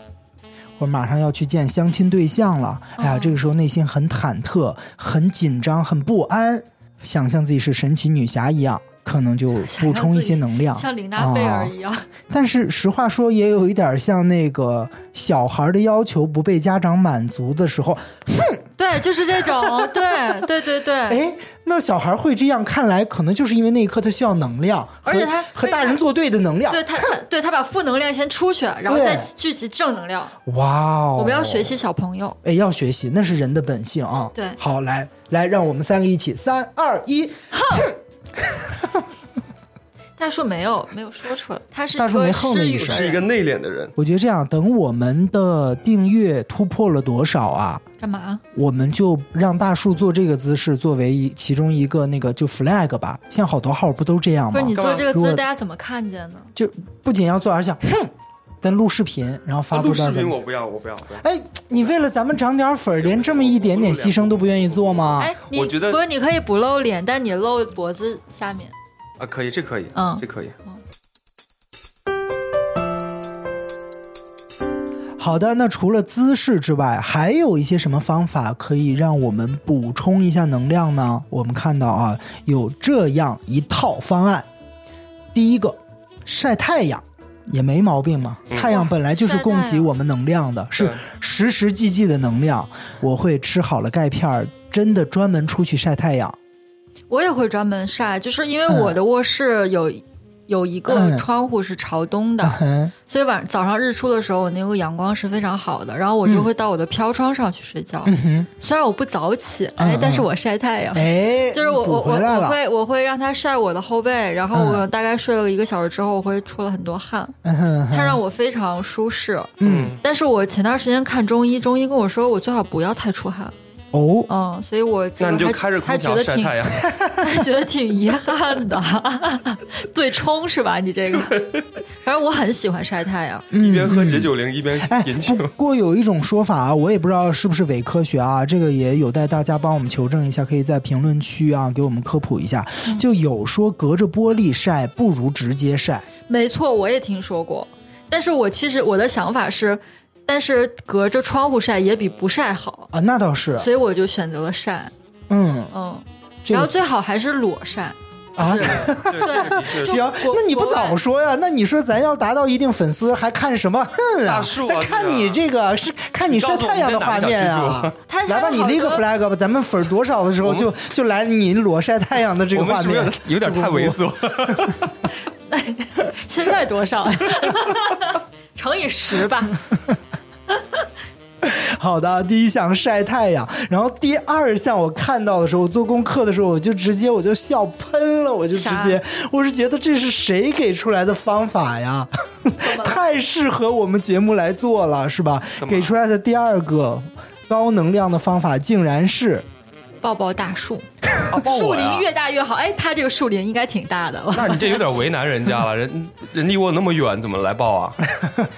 S1: 或者马上要去见相亲对象了，哎呀，
S2: 哦
S1: 这个时候内心很忐忑、很紧张、很不安，想象自己是神奇女侠一样，可能就补充一些能量。
S2: 像琳达贝
S1: 啊
S2: 尔
S1: 哦
S2: 一样，
S1: 但是实话说，也有一点像那个小孩的要求不被家长满足的时候，
S2: 对，就是这种，对对对对，
S1: 哎，那小孩会这样，看来可能就是因为那一刻他需要能量，
S2: 而且
S1: 和
S2: 他
S1: 和大人作对的能量。
S2: 对他他对他把负能量先出去，然后
S1: 对
S2: 再聚集正能量。
S1: 哇哦！
S2: 我们要学，习小朋友，
S1: 哎，要学习，那是人的本性啊。
S2: 对
S1: 好，来来，让我们三个一起，三二一，
S2: 大树没有没有说出来，他是
S1: 大树
S2: 一个
S1: 没哼了
S2: 失
S1: 一
S2: 语
S1: 声
S3: 我
S2: 的
S3: 是一个
S2: 人
S3: 内敛的人，
S1: 我觉得这样，等我们的订阅突破了多少啊？
S2: 干嘛？
S1: 我们就让大树做这个姿势作为一其中一个那个就 flag 吧。现在好多号不都这样
S2: 不
S1: 吗
S2: 是？你
S3: 干
S2: 做
S3: 嘛
S2: 这个
S1: 如
S2: 姿
S1: 果
S2: 势，大家怎么看见呢？
S1: 就不仅要做，而且要哼，咱录视频，然后发布
S3: 哦录
S1: 到
S3: 视
S1: 咱
S3: 频
S1: 们
S3: 我不要，我不要，不要。
S1: 哎，你为了咱们涨点粉儿，连这么一点点牺牲都不愿意做吗？
S2: 哎，你
S3: 我觉得
S2: 不是，你可以不露脸，但你露脖子下面。
S3: 啊，可以，这可以，
S2: 嗯
S3: 这可以。
S1: 好的，那除了姿势之外，还有一些什么方法可以让我们补充一下能量呢？我们看到啊，有这样一套方案。第一个，晒太阳也没毛病嘛，
S3: 嗯
S1: 太阳本来就是供
S2: 晒太
S1: 给
S2: 阳
S1: 我们能量的，是
S3: 对
S1: 实实际际的能量。我会吃好了钙片儿，真的专门出去晒太阳。
S2: 我也会专门晒，就是因为
S1: 嗯
S2: 我的卧室有、有一
S1: 嗯
S2: 个窗户是朝东的，
S1: 嗯，
S2: 所以晚早上日出的时候，我那个阳光是非常好的。然后我就会到我的飘窗上去睡觉，
S1: 嗯哼，
S2: 虽然我不早起，
S1: 嗯
S2: 哎
S1: 嗯，
S2: 但是我晒太阳。
S1: 哎，
S2: 就是我我
S1: 补
S2: 我
S1: 回来
S2: 我
S1: 了，
S2: 会我会让它晒我的后背，然后
S1: 嗯
S2: 我大概睡了一个小时之后，我会出了很多汗，
S1: 嗯哼
S2: 它让我非常舒适。
S1: 嗯，
S2: 但是我前段时间看中医，中医跟我说我最好不要太出汗，
S1: 哦，
S2: 嗯，所以我这
S3: 那
S2: 个
S3: 你就
S2: 还
S3: 开着空
S2: 还觉
S3: 调
S2: 得
S3: 晒
S2: 挺
S3: 太阳，
S2: 还 觉得挺遗憾的， 对冲是吧？你这 个，反正我很喜欢晒太阳。
S1: 一
S3: 一边喝解酒灵一边
S1: 哎，
S3: 饮酒。
S1: 不过有一种说法啊，我也不知道是不是伪科学啊，这个也有待大家帮我们求证一下，可以在评论区啊给我们科普一下。
S3: 嗯
S1: 就有说隔着玻璃晒不如直接晒，
S2: 没错，我也听说过，但是我其实我的想法是，但是隔着窗户晒也比不晒好，
S1: 啊，那倒是，
S2: 所以我就选择了晒，
S1: 嗯，
S2: 嗯，
S1: 这
S2: 然后
S1: 个
S2: 最好还是裸晒，
S1: 啊
S2: 就。是、
S3: 对，这个的确是
S1: 行，
S2: 国
S1: 那你不
S2: 国外
S1: 早说呀？那你说咱要达到一定粉丝，还看什么恨啊？
S3: 大树啊
S1: 在看你
S3: 这
S1: 这个是看你晒太阳的画面
S3: 你告诉我们在哪个小区
S1: 啊！
S2: 它
S1: 来吧，你立个 flag 吧，咱们粉儿多少的时候
S3: 我们
S1: 就就来你裸晒太阳的这
S3: 我
S1: 个
S3: 们
S1: 画
S3: 是不是有
S1: 面
S3: 点。有点太猥琐了？
S2: 现在多少？乘以十吧，
S1: 好的，第一项晒太阳，然后第二项我看到的时候，我做功课的时候，我就直接我就笑喷了，我就直接，我是觉得这是谁给出来的方法呀？ 太适合我们节目来做了，是吧？
S3: 干嘛
S1: 给出来的第二个高能量的方法，竟然是
S2: 抱抱大树，
S1: 哦
S3: 啊，抱
S2: 树
S3: 我呀
S2: 林！越大越好。哎，它这个树林应该挺大的。
S1: 哦
S3: 那你这有点为难人家了，人人离我那么远，怎么来抱 啊？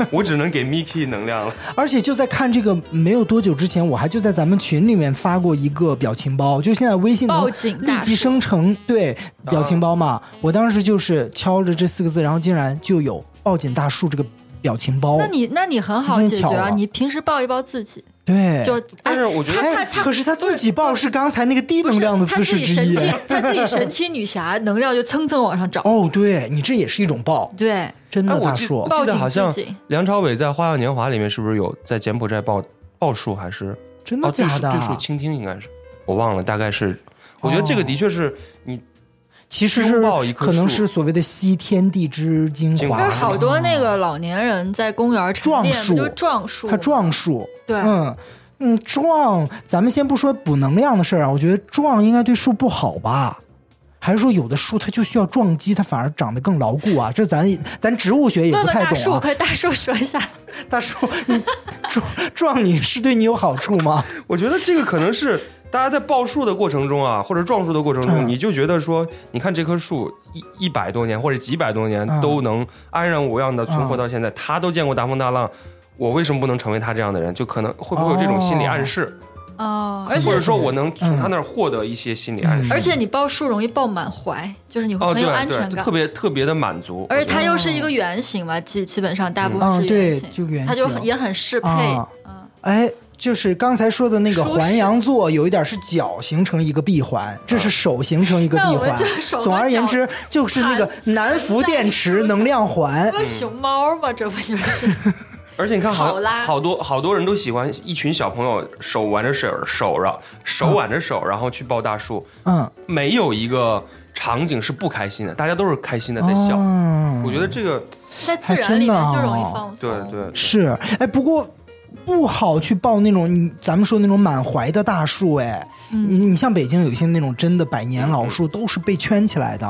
S3: 我只能给 Miki 能量了。
S1: 而且就在看这个没有多久之前，我还就在咱们群里面发过一个表情包，就现在微信能
S2: 报警大
S1: 立即生成对表情包嘛。我当时就是敲着这四个字，然后竟然就有抱紧大树这个表情包
S2: 那。你那你很好
S1: 真
S2: 解
S1: 巧
S2: 决
S1: 了
S2: 啊，你平时抱一抱自己，
S1: 对，
S2: 就
S3: 但
S2: 哎
S3: 是我觉
S2: 他
S3: 得
S2: 他
S1: 哎，
S2: 他
S1: 可是他自己抱是刚才那个低
S2: 不
S1: 能
S2: 是
S1: 量的
S2: 他
S1: 姿
S2: 自
S1: 势
S2: 己
S1: 之
S2: 神
S1: 一。
S2: 奇，他自己神奇女侠能量就蹭蹭往上涨。
S1: 哦，对你这也是一种抱，
S2: 对，
S1: 真的
S3: 哎我
S1: 大
S3: 记
S1: 树
S3: 我。
S2: 抱
S3: 记得好
S2: 紧
S3: 像
S2: 自己。
S3: 梁朝伟在《花样年华》里面是不是有在柬埔寨抱抱树还是
S1: 真
S3: 哦
S1: 的
S3: 对
S1: 假
S3: 树
S1: 的？
S3: 对树倾听应该是我忘了，大概是我觉得这个的确是你
S1: 其实是
S3: 拥抱一棵
S1: 可能
S3: 树
S1: 是所谓的吸天地之精
S3: 精
S1: 华。
S3: 华
S2: 但是好多那个老年人在公园晨
S1: 啊撞
S2: 练不
S1: 树
S2: 就撞树，
S1: 他撞树，
S2: 对
S1: 嗯嗯，撞，咱们先不说补能量的事儿啊，我觉得撞应该对树不好吧？还是说有的树它就需要撞击，它反而长得更牢固啊？这咱咱植物学也
S2: 问
S1: 不
S2: 问
S1: 太
S2: 大
S1: 懂
S2: 树，
S1: 啊。
S2: 快大树说一下，
S1: 大树，你撞 撞你是对你有好处 吗？
S3: 我觉得这个可能是大家在抱树的过程中啊，或者撞树的过程中，
S1: 嗯
S3: 你就觉得说，你看这棵树一一百多年或者几百多年
S1: 嗯
S3: 都能安然无恙的存
S1: 嗯
S3: 活到现在，他都见过大风大浪。我为什么不能成为他这样的人？就可能会不会有这种心理暗示，
S2: 哦，
S1: 而
S2: 而
S1: 且
S3: 或
S2: 且
S3: 者说我能从他那儿获得一些心理暗示？
S1: 嗯
S2: 而且你抱树容易抱满怀，就是你会
S3: 哦，
S2: 嗯很
S3: 对
S2: 有安
S3: 对
S2: 全，
S3: 就
S2: 感
S3: 特。别特别的满足。
S2: 而且它又是一个圆形嘛，基基本上大部
S1: 嗯
S2: 分是圆
S1: 对
S2: 形，
S1: 就圆
S2: 它就
S1: 形
S2: 很也很适配。
S1: 啊
S2: 嗯，
S1: 哎，就是刚才说的那个
S2: 舒适
S1: 环羊座，有一点是脚形成一个闭环，这是手形成一个
S2: 那
S1: 闭
S2: 我们
S1: 环
S2: 就。手
S1: 总
S2: 和
S1: 而言
S2: 脚
S1: 之，就是那个南孚电池能量环
S2: 这。不是熊猫吗？这不就是？
S3: 而且你看好，
S2: 好
S3: 好
S2: 啦
S3: 多好多人都喜欢一群小朋友手挽着手手着手挽着手，然后去抱大树，
S1: 嗯，
S3: 没有一个场景是不开心的，大家都是开心的在笑。
S1: 嗯
S3: 我觉得这个
S2: 在自
S1: 还真
S2: 然里
S1: 的
S2: 面就容易
S1: 哦
S2: 放松。
S3: 对对，
S1: 是，哎，不过不好去抱那种你咱们说那种满怀的大树，哎，
S2: 嗯
S1: 你你像北京有一些那种真的百年老树都是被圈起来的，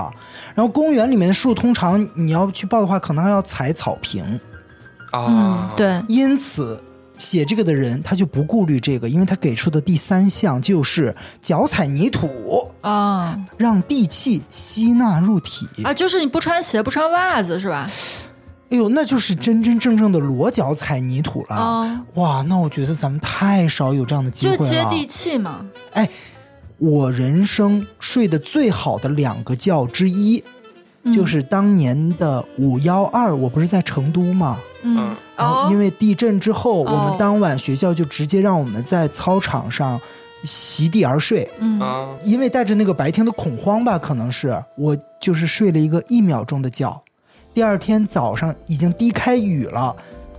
S1: 然后公园里面的树通常你要去抱的话，可能还要踩草坪，
S3: 啊，，
S2: 嗯对，
S1: 因此。写这个的人他就不顾虑这个，因为他给出的第三项就是脚踩泥土，
S2: 啊
S1: 让地气吸纳入体。
S2: 啊，就是你不穿鞋不穿袜子是吧？
S1: 哎呦，那就是真真正正的裸脚踩泥土了。
S2: 啊，
S1: 哇，那我觉得咱们太少有这样的机
S2: 就
S1: 会了。啊
S2: 接地气嘛。
S1: 哎，我人生睡得最好的两个觉之一，就是当年的五幺二，我不是在成都嘛，
S2: 嗯
S3: 嗯
S1: 然后因
S2: 为
S1: 为地震之后，
S2: 哦
S1: 我们当晚学校就直接让我们在操场上席地而睡。
S2: 嗯
S3: 啊，
S1: 因为带着那个白天的恐慌吧，可能是我就是睡了一个一秒钟的觉，第二天早上已经滴开雨了，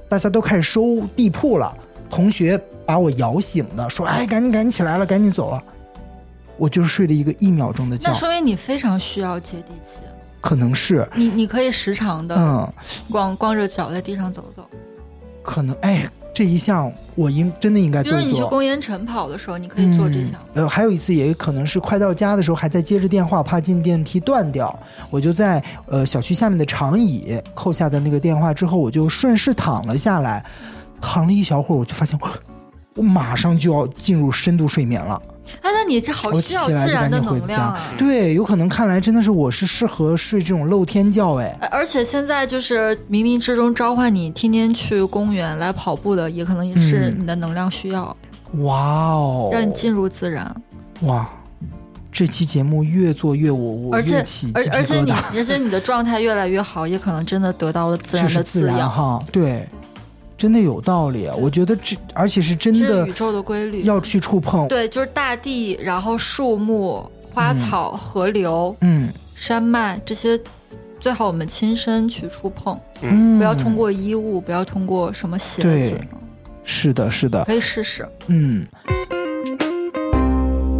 S1: 大家都开始收地铺了，同学把我摇醒的，说：“哎，赶紧赶紧起来了，赶紧走了。”我就是睡了一个一秒钟的觉
S2: 那，说明你非常需要接地气，
S1: 可能是，
S2: 你你可以时常的
S1: 嗯，
S2: 光光着脚在地上走走，
S1: 可能，哎，这一项我应真的应该
S2: 比
S1: 做哎
S2: 如
S1: 一
S2: 你去
S1: 做。
S2: 公园晨跑的时候，你可以做这项。
S1: 嗯。呃，还有一次也可能是快到家的时候还在接着电话，怕进电梯断掉，我就在呃小区下面的长椅扣下的那个电话之后，我就顺势躺了下来，躺了一小会儿，我就发现我我马上就要进入深度睡眠了。
S2: 哎，那你这好
S1: 我
S2: 需要
S1: 起来
S2: 自
S1: 就赶
S2: 然的
S1: 紧回
S2: 能
S1: 家
S2: 量啊！
S1: 对，有可能看来真的是我是适合睡这种露天觉哎。
S2: 哎而且现在就是冥冥之中召唤你天天去公园来跑步的，也可能也是
S1: 嗯
S2: 你的能量需要，
S1: 哇哦，
S2: 让你进入自然。
S1: 哇！这期节目越做越我我
S2: 而且
S1: 越起鸡
S2: 而
S1: 皮
S2: 而且
S1: 疙
S2: 你
S1: 瘩，
S2: 而且你的状态越来越好，也可能真的得到了自
S1: 就
S2: 然
S1: 是
S2: 的
S1: 自
S2: 滋
S1: 然
S2: 养，
S1: 哈，对，真的有道理。我觉得这而且是真
S2: 这
S1: 的
S2: 是宇宙的规律。
S1: 要去触碰。
S2: 对，就是大地，然后树木、花
S1: 嗯
S2: 草、河流、
S1: 嗯
S2: 山脉这些，最好我们亲身去触碰，
S1: 嗯，
S2: 不要通过衣物，不要通过什么鞋
S1: 对
S2: 子，
S1: 是的，是的，
S2: 可以试试。
S1: 嗯。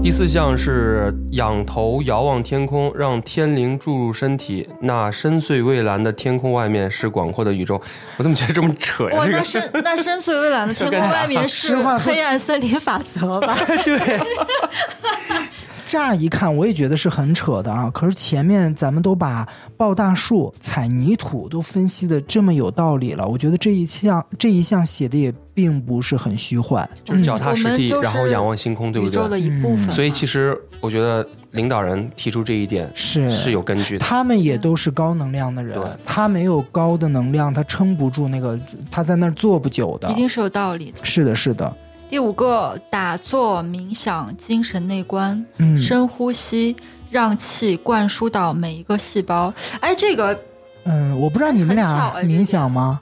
S3: 第四项是仰头遥望天空，让天灵注入身体。那深邃蔚蓝的天空外面是广阔的宇宙。我怎么觉得这么扯呀？
S2: 哇，
S3: 这
S2: 那
S3: 个
S2: 深那深邃蔚蓝的天
S3: 干
S2: 空
S3: 啥
S2: 外面
S1: 实
S2: 是
S1: 话说
S2: 黑暗森林法则吧？
S1: 对。乍一看我也觉得是很扯的啊，可是前面咱们都把抱大树、踩泥土都分析的这么有道理了，我觉得这一项这一项写的也并不是很虚幻。
S3: 就是脚踏实
S2: 嗯我们
S3: 地，
S2: 就是
S3: 然后仰望星空，对不
S2: 宇宙的
S3: 对？
S2: 一部分嘛。
S3: 所以其实我觉得领导人提出这一点
S1: 是
S3: 是有根据的。
S1: 他们
S2: 嗯
S1: 也都是高能量的人
S3: 对，
S1: 他没有高的能量，他撑不住那个，他在那儿坐不久的
S2: 一。定是有道理的。
S1: 是的，是的，
S2: 第五个，打坐、冥想、精神内观，
S1: 嗯，
S2: 深呼吸，让气灌输到每一个细胞。哎，这个
S1: 嗯，我不知道你们
S2: 很
S1: 俩
S2: 巧哎
S1: 冥想吗？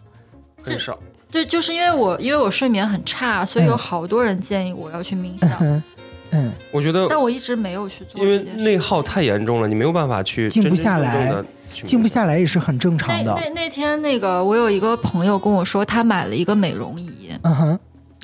S3: 很少，
S2: 对，就是因为我因为我睡眠很差，所以有
S1: 嗯
S2: 好多人建议我要去冥
S1: 嗯
S2: 想，
S1: 哼，嗯，
S3: 我觉得
S2: 但我一直没有去做
S3: 因为
S2: 这件事。
S3: 内耗太严重了，你没有办法去
S1: 静不
S3: 真真
S1: 下
S3: 正
S1: 来
S3: 正的去
S1: 静不下来也是很正
S2: 那
S1: 常的。
S2: 那那天那个，我有一个朋友跟我说，他买了一个美容仪，
S1: 嗯哼，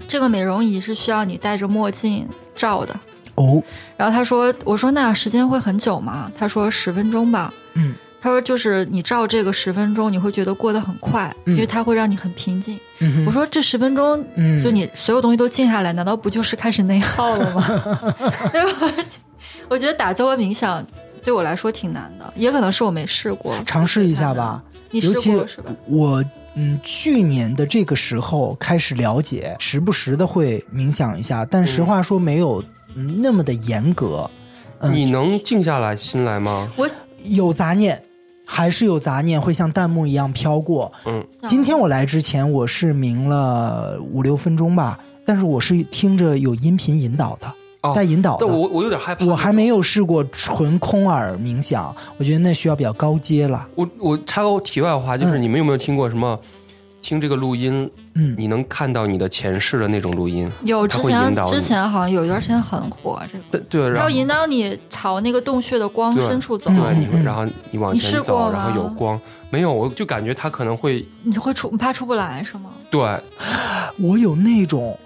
S2: 这个美容仪是需要你戴着墨镜照的。
S1: 哦，
S2: 然后他说：“我说那时间会很久吗？”他说：“十分钟吧。”
S1: 嗯，
S2: 他说：“就是你照这个十分钟，你会觉得过得很快，
S1: 嗯
S2: 因为它会让你很平静。
S1: 嗯哼
S2: 我说：“这十分钟，
S1: 嗯，
S2: 就你所有东西都静下来，难道不就是开始内耗了吗？” 对吧？ 我觉得打坐和冥想对我来说挺难的，也可能是我没试过，
S1: 尝试一下吧。
S2: 你试
S1: 尤其
S2: 过是吧？
S1: 我嗯，去年的这个时候开始了解，时不时的会冥想一下，但实话说没有、嗯、那么的严格。嗯，
S3: 你能静下来心来吗？
S1: 有杂念，还是有杂念会像弹幕一样飘过。
S3: 嗯，
S1: 今天我来之前，我是冥了五六分钟吧，但是我是听着有音频引导的，
S3: 哦
S1: 带引导的。
S3: 但我我有点害怕。
S1: 我还没有试过纯空耳冥想，我觉得那需要比较高阶了。
S3: 我我插个题外话，就是
S1: 嗯
S3: 你们有没有听过什么？听这个录音，
S1: 嗯，
S3: 你能看到你的前世的那种录音。
S2: 有
S3: 它
S2: 之
S3: 会引
S2: 前
S3: 导你
S2: 之前好像有一段时间很火这个。
S3: 对对，然
S2: 要
S3: 后
S2: 引导你朝那个洞穴的光
S3: 对
S2: 深处走，
S1: 嗯
S3: 对，你会，
S1: 嗯
S3: 然后你往
S2: 你
S3: 前
S2: 试过
S3: 走，
S2: 吗
S3: 然后有光，没有，我就感觉它可能会
S2: 你会出，你怕出不来是吗？
S3: 对，
S1: 我有那种，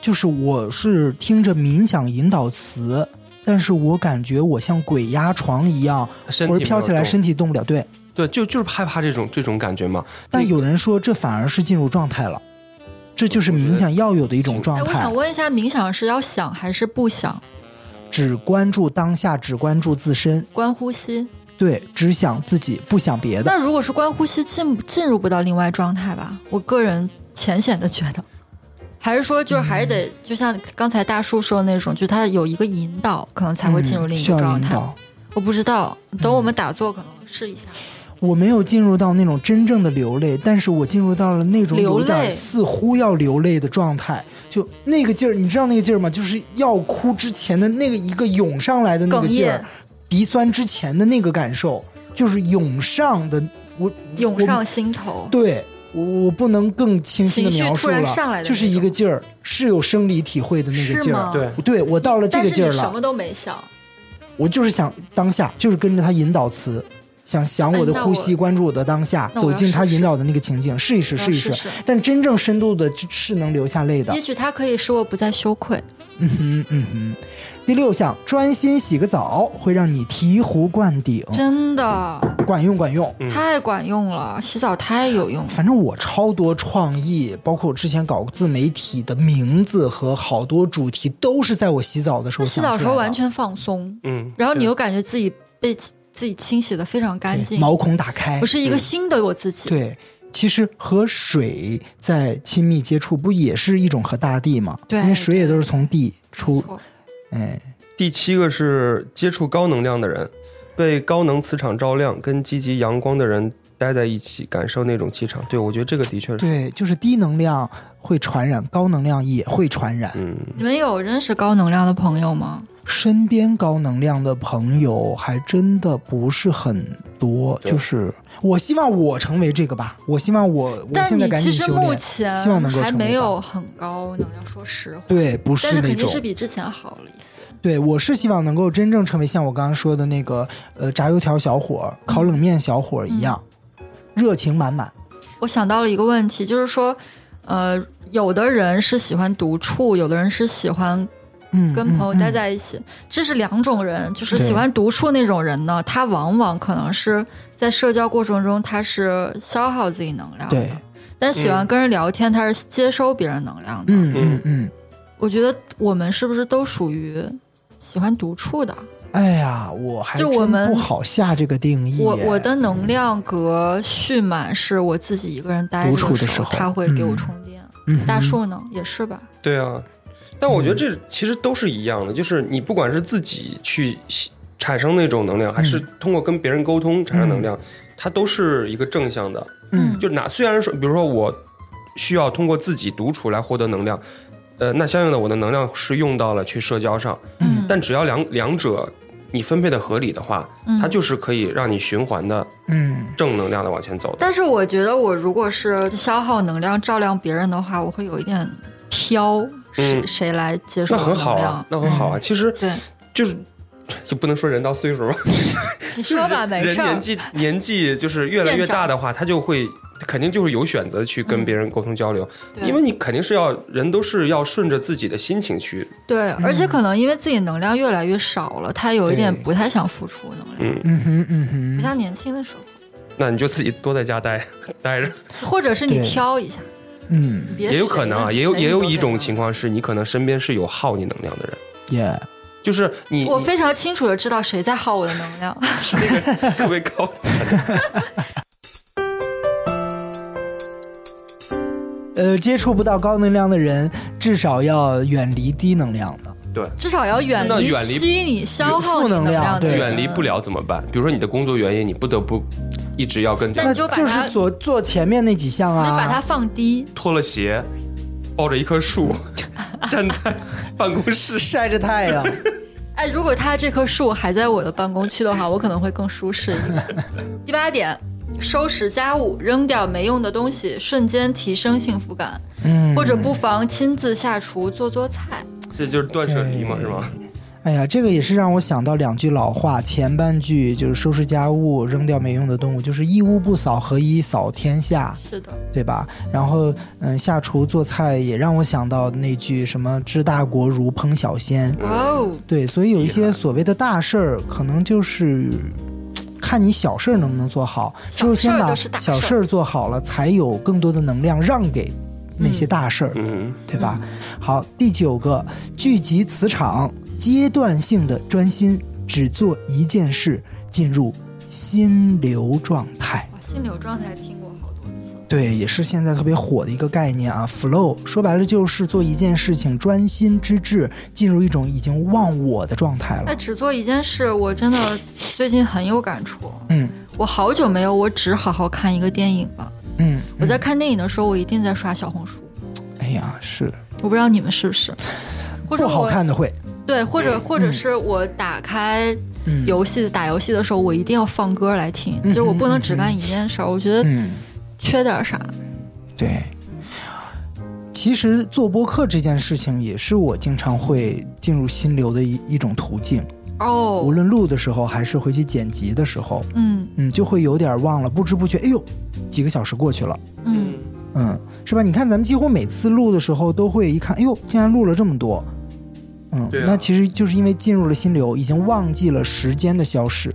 S1: 就是我是听着冥想引导词，但是我感觉我像鬼压床一样，
S3: 身体
S1: 或者
S3: 没有
S1: 飘起来，
S3: 动
S1: 身体动不了。对，
S3: 对，就就是害怕这种这种感觉嘛。
S1: 但
S3: 那
S1: 有人说这反而是进入状态了，这就是冥想要有的一种
S2: 哎，
S1: 状
S2: 我
S1: 态
S2: 想，问一下，冥想是要想还是不想？
S1: 只关注当下，只关注自身，
S2: 观呼吸。
S1: 对，只想自己，不想别的。
S2: 那如果是观呼吸，进进入不到另外状态吧？我个人浅显的觉得，还是说就是
S1: 嗯
S2: 还是得、就像刚才大叔说的那种，就他有一个引导，可能才会进入另一
S1: 嗯需要
S2: 个状
S1: 引
S2: 态。
S1: 导。嗯
S2: 我不知道，等我们打坐可能试一下。
S1: 我没有进入到那种真正的流泪，但是我进入到了那种有
S2: 流
S1: 点
S2: 泪
S1: 似乎要流泪的状态，就那个劲儿，你知道那个劲儿吗？就是要哭之前的那个一个涌上来的那个
S2: 哽
S1: 劲儿
S2: 咽，，
S1: 鼻酸之前的那个感受，就是涌上的我
S2: 涌
S1: 我
S2: 上心头。
S1: 对。我我不能更清晰的
S2: 情绪
S1: 描述
S2: 突然
S1: 了，
S2: 上来的
S1: 就是
S2: 那
S1: 一
S2: 种
S1: 个劲儿，是有生理体会的那个
S2: 是
S1: 劲儿
S2: 吗。
S3: 对，
S1: 对，我到了这个劲儿
S2: 但是你什
S1: 了，
S2: 么都没想，
S1: 我就是想当下，就是跟着他引导词，想想我的呼吸，
S2: 哎那我
S1: 关注我的当下，
S2: 那我
S1: 走
S2: 要
S1: 进他
S2: 试试
S1: 引导的那个情境，试一试，
S2: 我要
S1: 试一
S2: 试
S1: 试。但真正深度的是是能流下泪的
S2: 也。许它可以使我不再羞愧。
S1: 嗯哼，嗯哼。第六项，专心洗个澡会让你醍醐灌顶，
S2: 真的
S1: 管用管用。
S3: 嗯
S2: 太管用了，洗澡太有用了。
S1: 反正我超多创意，包括我之前搞自媒体的名字和好多主题，都是在我洗澡的时
S2: 那
S1: 候
S2: 洗
S1: 想出来
S2: 澡
S1: 的。
S2: 时候完全放松，
S3: 嗯，
S2: 然后你
S3: 对
S2: 又感觉自己被自己清洗的非常干
S1: 对
S2: 净，
S1: 毛孔打开，
S2: 不是一个
S3: 嗯
S2: 新的我自己。
S1: 对，其实和水在亲密接触，不也是一种和大地吗？
S2: 对
S1: 因为水也都是从地出
S2: 没错。
S1: 哎，
S3: 第七个是接触高能量的人，被高能磁场照亮，跟积极阳光的人待在一起，感受那种气场。对，我觉得这个的确是，
S1: 对，就是低能量会传染，高能量也会传染。
S3: 嗯，
S2: 你们有认识高能量的朋友吗？
S1: 身边高能量的朋友还真的不是很多，
S3: 对
S1: 就是我希望我成为这个吧，我希望我我
S2: 但
S1: 现在
S2: 你
S1: 赶
S2: 其
S1: 紧
S2: 实
S1: 修
S2: 目
S1: 炼。
S2: 前
S1: 希望能够
S2: 还
S1: 成为
S2: 没
S1: 吧
S2: 有很高能量，说实话，
S1: 对，不
S2: 但是
S1: 那
S2: 肯定
S1: 种
S2: 是比之前好了一些。
S1: 对，我是希望能够真正成为像我刚刚说的那个呃炸油条小伙儿、烤冷面小伙儿一样，
S2: 嗯
S1: 热情满满。
S2: 我想到了一个问题，就是说，呃，有的人是喜欢独处，有的人是喜欢
S1: 嗯，
S2: 跟朋友
S1: 嗯
S2: 待
S1: 嗯
S2: 在一起，这是两种人。就是
S1: 对
S2: 喜欢独处那种人呢，他往往可能是在社交过程中他是消耗自己能量的
S1: 嗯对，
S2: 但喜
S3: 嗯
S2: 欢跟人聊天，他是接收别人能量的。
S1: 嗯嗯嗯，
S2: 我觉得我们是不是都属于喜欢独处的？
S1: 哎呀，我还
S2: 就
S1: 真
S2: 我们
S1: 不好下这个定义耶。
S2: 我我的能量格蓄满是我自己一个人待
S1: 独
S2: 着
S1: 处的时
S2: 时
S1: 候
S2: 候，他会给我
S1: 嗯
S2: 充电。
S1: 嗯哼
S2: 大树呢也是吧？
S3: 对啊，但我觉得
S2: 嗯
S3: 这其实都是一样的，就是你不管是自己去吸产生那种能量，还是
S2: 嗯
S3: 通过跟别人沟通产生能量，它都是一个正向的。
S1: 嗯
S3: 就哪虽然说，比如说我需要通过自己独处来获得能量，呃，那相应的我的能量是用到了去社交上，
S1: 嗯
S3: 但只要两两者你分配的合理的话，
S2: 嗯
S3: 它就是可以让你循环的
S1: 嗯
S3: 正能量的往前走的。
S2: 但是我觉得，我如果是消耗能量照亮别人的话，我会有一点挑谁、
S3: 嗯
S2: 谁来接受
S3: 那
S2: 我的
S3: 很好
S2: 能量。嗯
S3: 啊，那很好啊。其实
S2: 对，
S3: 就是就不能说人到岁数吧，
S2: 你说吧，没
S3: 人
S2: 事儿
S3: 年。 纪年纪就是越来越大的话，他就会肯定就是有选择去跟别人沟通交流，
S2: 嗯对
S3: 因为你肯定是要人都是要顺着自己的心情去，
S2: 对，而且可能因为自己能量越来越少了，他有一点
S1: 对
S2: 不太想付出能量，
S3: 嗯，
S1: 嗯哼嗯哼，
S2: 不像年轻的时候，
S3: 那你就自己多在家待待着，
S2: 或者是你
S1: 对
S2: 挑一下，
S1: 嗯
S2: 别
S3: 也有可能啊，也有也有一种情
S2: 况。
S3: 况是你可能身边是有耗你能量的人，
S1: 耶，
S3: 就是你
S2: 我
S3: 你
S2: 非 常清楚的知道谁在耗我的能量。
S3: 那个特别高，
S1: 呃，接触不到高能量的人，至少要远离低能量的。
S3: 对，
S2: 至少要远
S3: 那
S2: 离
S3: 远离
S2: 吸你消耗
S1: 负
S2: 你
S1: 能量
S2: 量的
S1: 对
S2: 人，
S3: 远离不了怎么办？比如说你的工作原因，你不得不一直要跟 这
S2: 那
S1: 那
S2: 你就把
S1: 就
S2: 它
S1: 是做做前面那几项
S2: 就把它
S1: 啊，
S2: 放低。
S3: 脱了鞋，抱着一棵树， 站在办公室
S1: 晒着太阳。
S2: 哎，如果他这棵树还在我的办公区的话，我可能会更舒适一 点。第八点，收拾家务，扔掉没用的东西，瞬间提升幸福感。
S1: 嗯，
S2: 或者不妨亲自下厨做做菜。
S3: 这就是断舍离嘛，
S1: 对
S3: 是吧？
S1: 哎呀，这个也是让我想到两句老话，前半句就是收拾家务，扔掉没用的动物，就是一屋不扫，何以扫天下，
S2: 是的，
S1: 对吧？然后，嗯，下厨做菜也让我想到那句什么“治大国如烹小鲜
S2: 哇哦”，。
S1: 对，所以有一
S3: 嗯厉
S1: 些
S3: 害
S1: 所谓的大事儿，可能就是看你小事儿能不能做好，只有先把
S2: 小事儿就是大事儿
S1: 小事儿做好了，才有更多的能量让给那些大事儿。
S3: 嗯，
S1: 对吧？好，第九个，聚集磁场，阶段性的专心，只做一件事，进入心流状态。
S2: 哇，心流状态听过好多次。
S1: 对，也是现在特别火的一个概念啊，flow。说白了就是做一件事情专心致志，进入一种已经忘我的状态
S2: 哎，
S1: 了。
S2: 只做一件事，我真的最近很有感触。
S1: 嗯
S2: 我好久没有我只好好看一个电影了。
S1: 嗯，
S2: 我在看电影的时候，我一定在刷小红书。
S1: 哎呀，是
S2: 我不知道你们是不 是，或者
S1: 不好
S2: 我
S1: 看的会，
S2: 对，或者或者
S1: 嗯
S2: 是我打开
S1: 嗯，
S2: 游戏打游戏的时候，我一定要放歌来听，
S1: 嗯
S2: 就我不能只干一件事儿。我觉得
S1: 嗯。
S2: 缺点啥，
S1: 对，其实做播客这件事情也是我经常会进入心流的一一种途径。无
S2: 哦，
S1: 论录的时候还是回去剪辑的时候，
S2: 嗯
S1: 嗯，就会有点忘了，不知不觉，哎呦，几个小时过去了，
S2: 嗯，
S1: 嗯，是吧？你看咱们几乎每次录的时候都会一看，哎呦，竟然录了这么多，嗯，
S3: 对啊
S1: 那其实就是因为进入了心流，已经忘记了时间的消逝，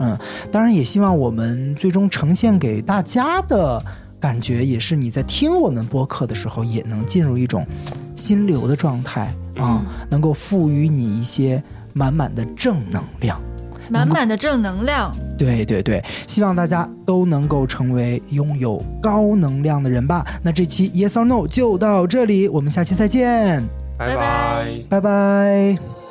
S1: 嗯，当然也希望我们最终呈现给大家的感觉，也是你在听我们播客的时候，也能进入一种嘖心流的状态
S3: 嗯
S1: 啊、能够赋予你一些满满的正能量。
S2: 满满的正能量。
S1: 对对对，希望大家都能够成为拥有高能量的人吧。那这期 Yes or No 就到这里，我们下期再见，
S3: 拜
S2: 拜
S1: 拜
S2: 拜
S1: 拜。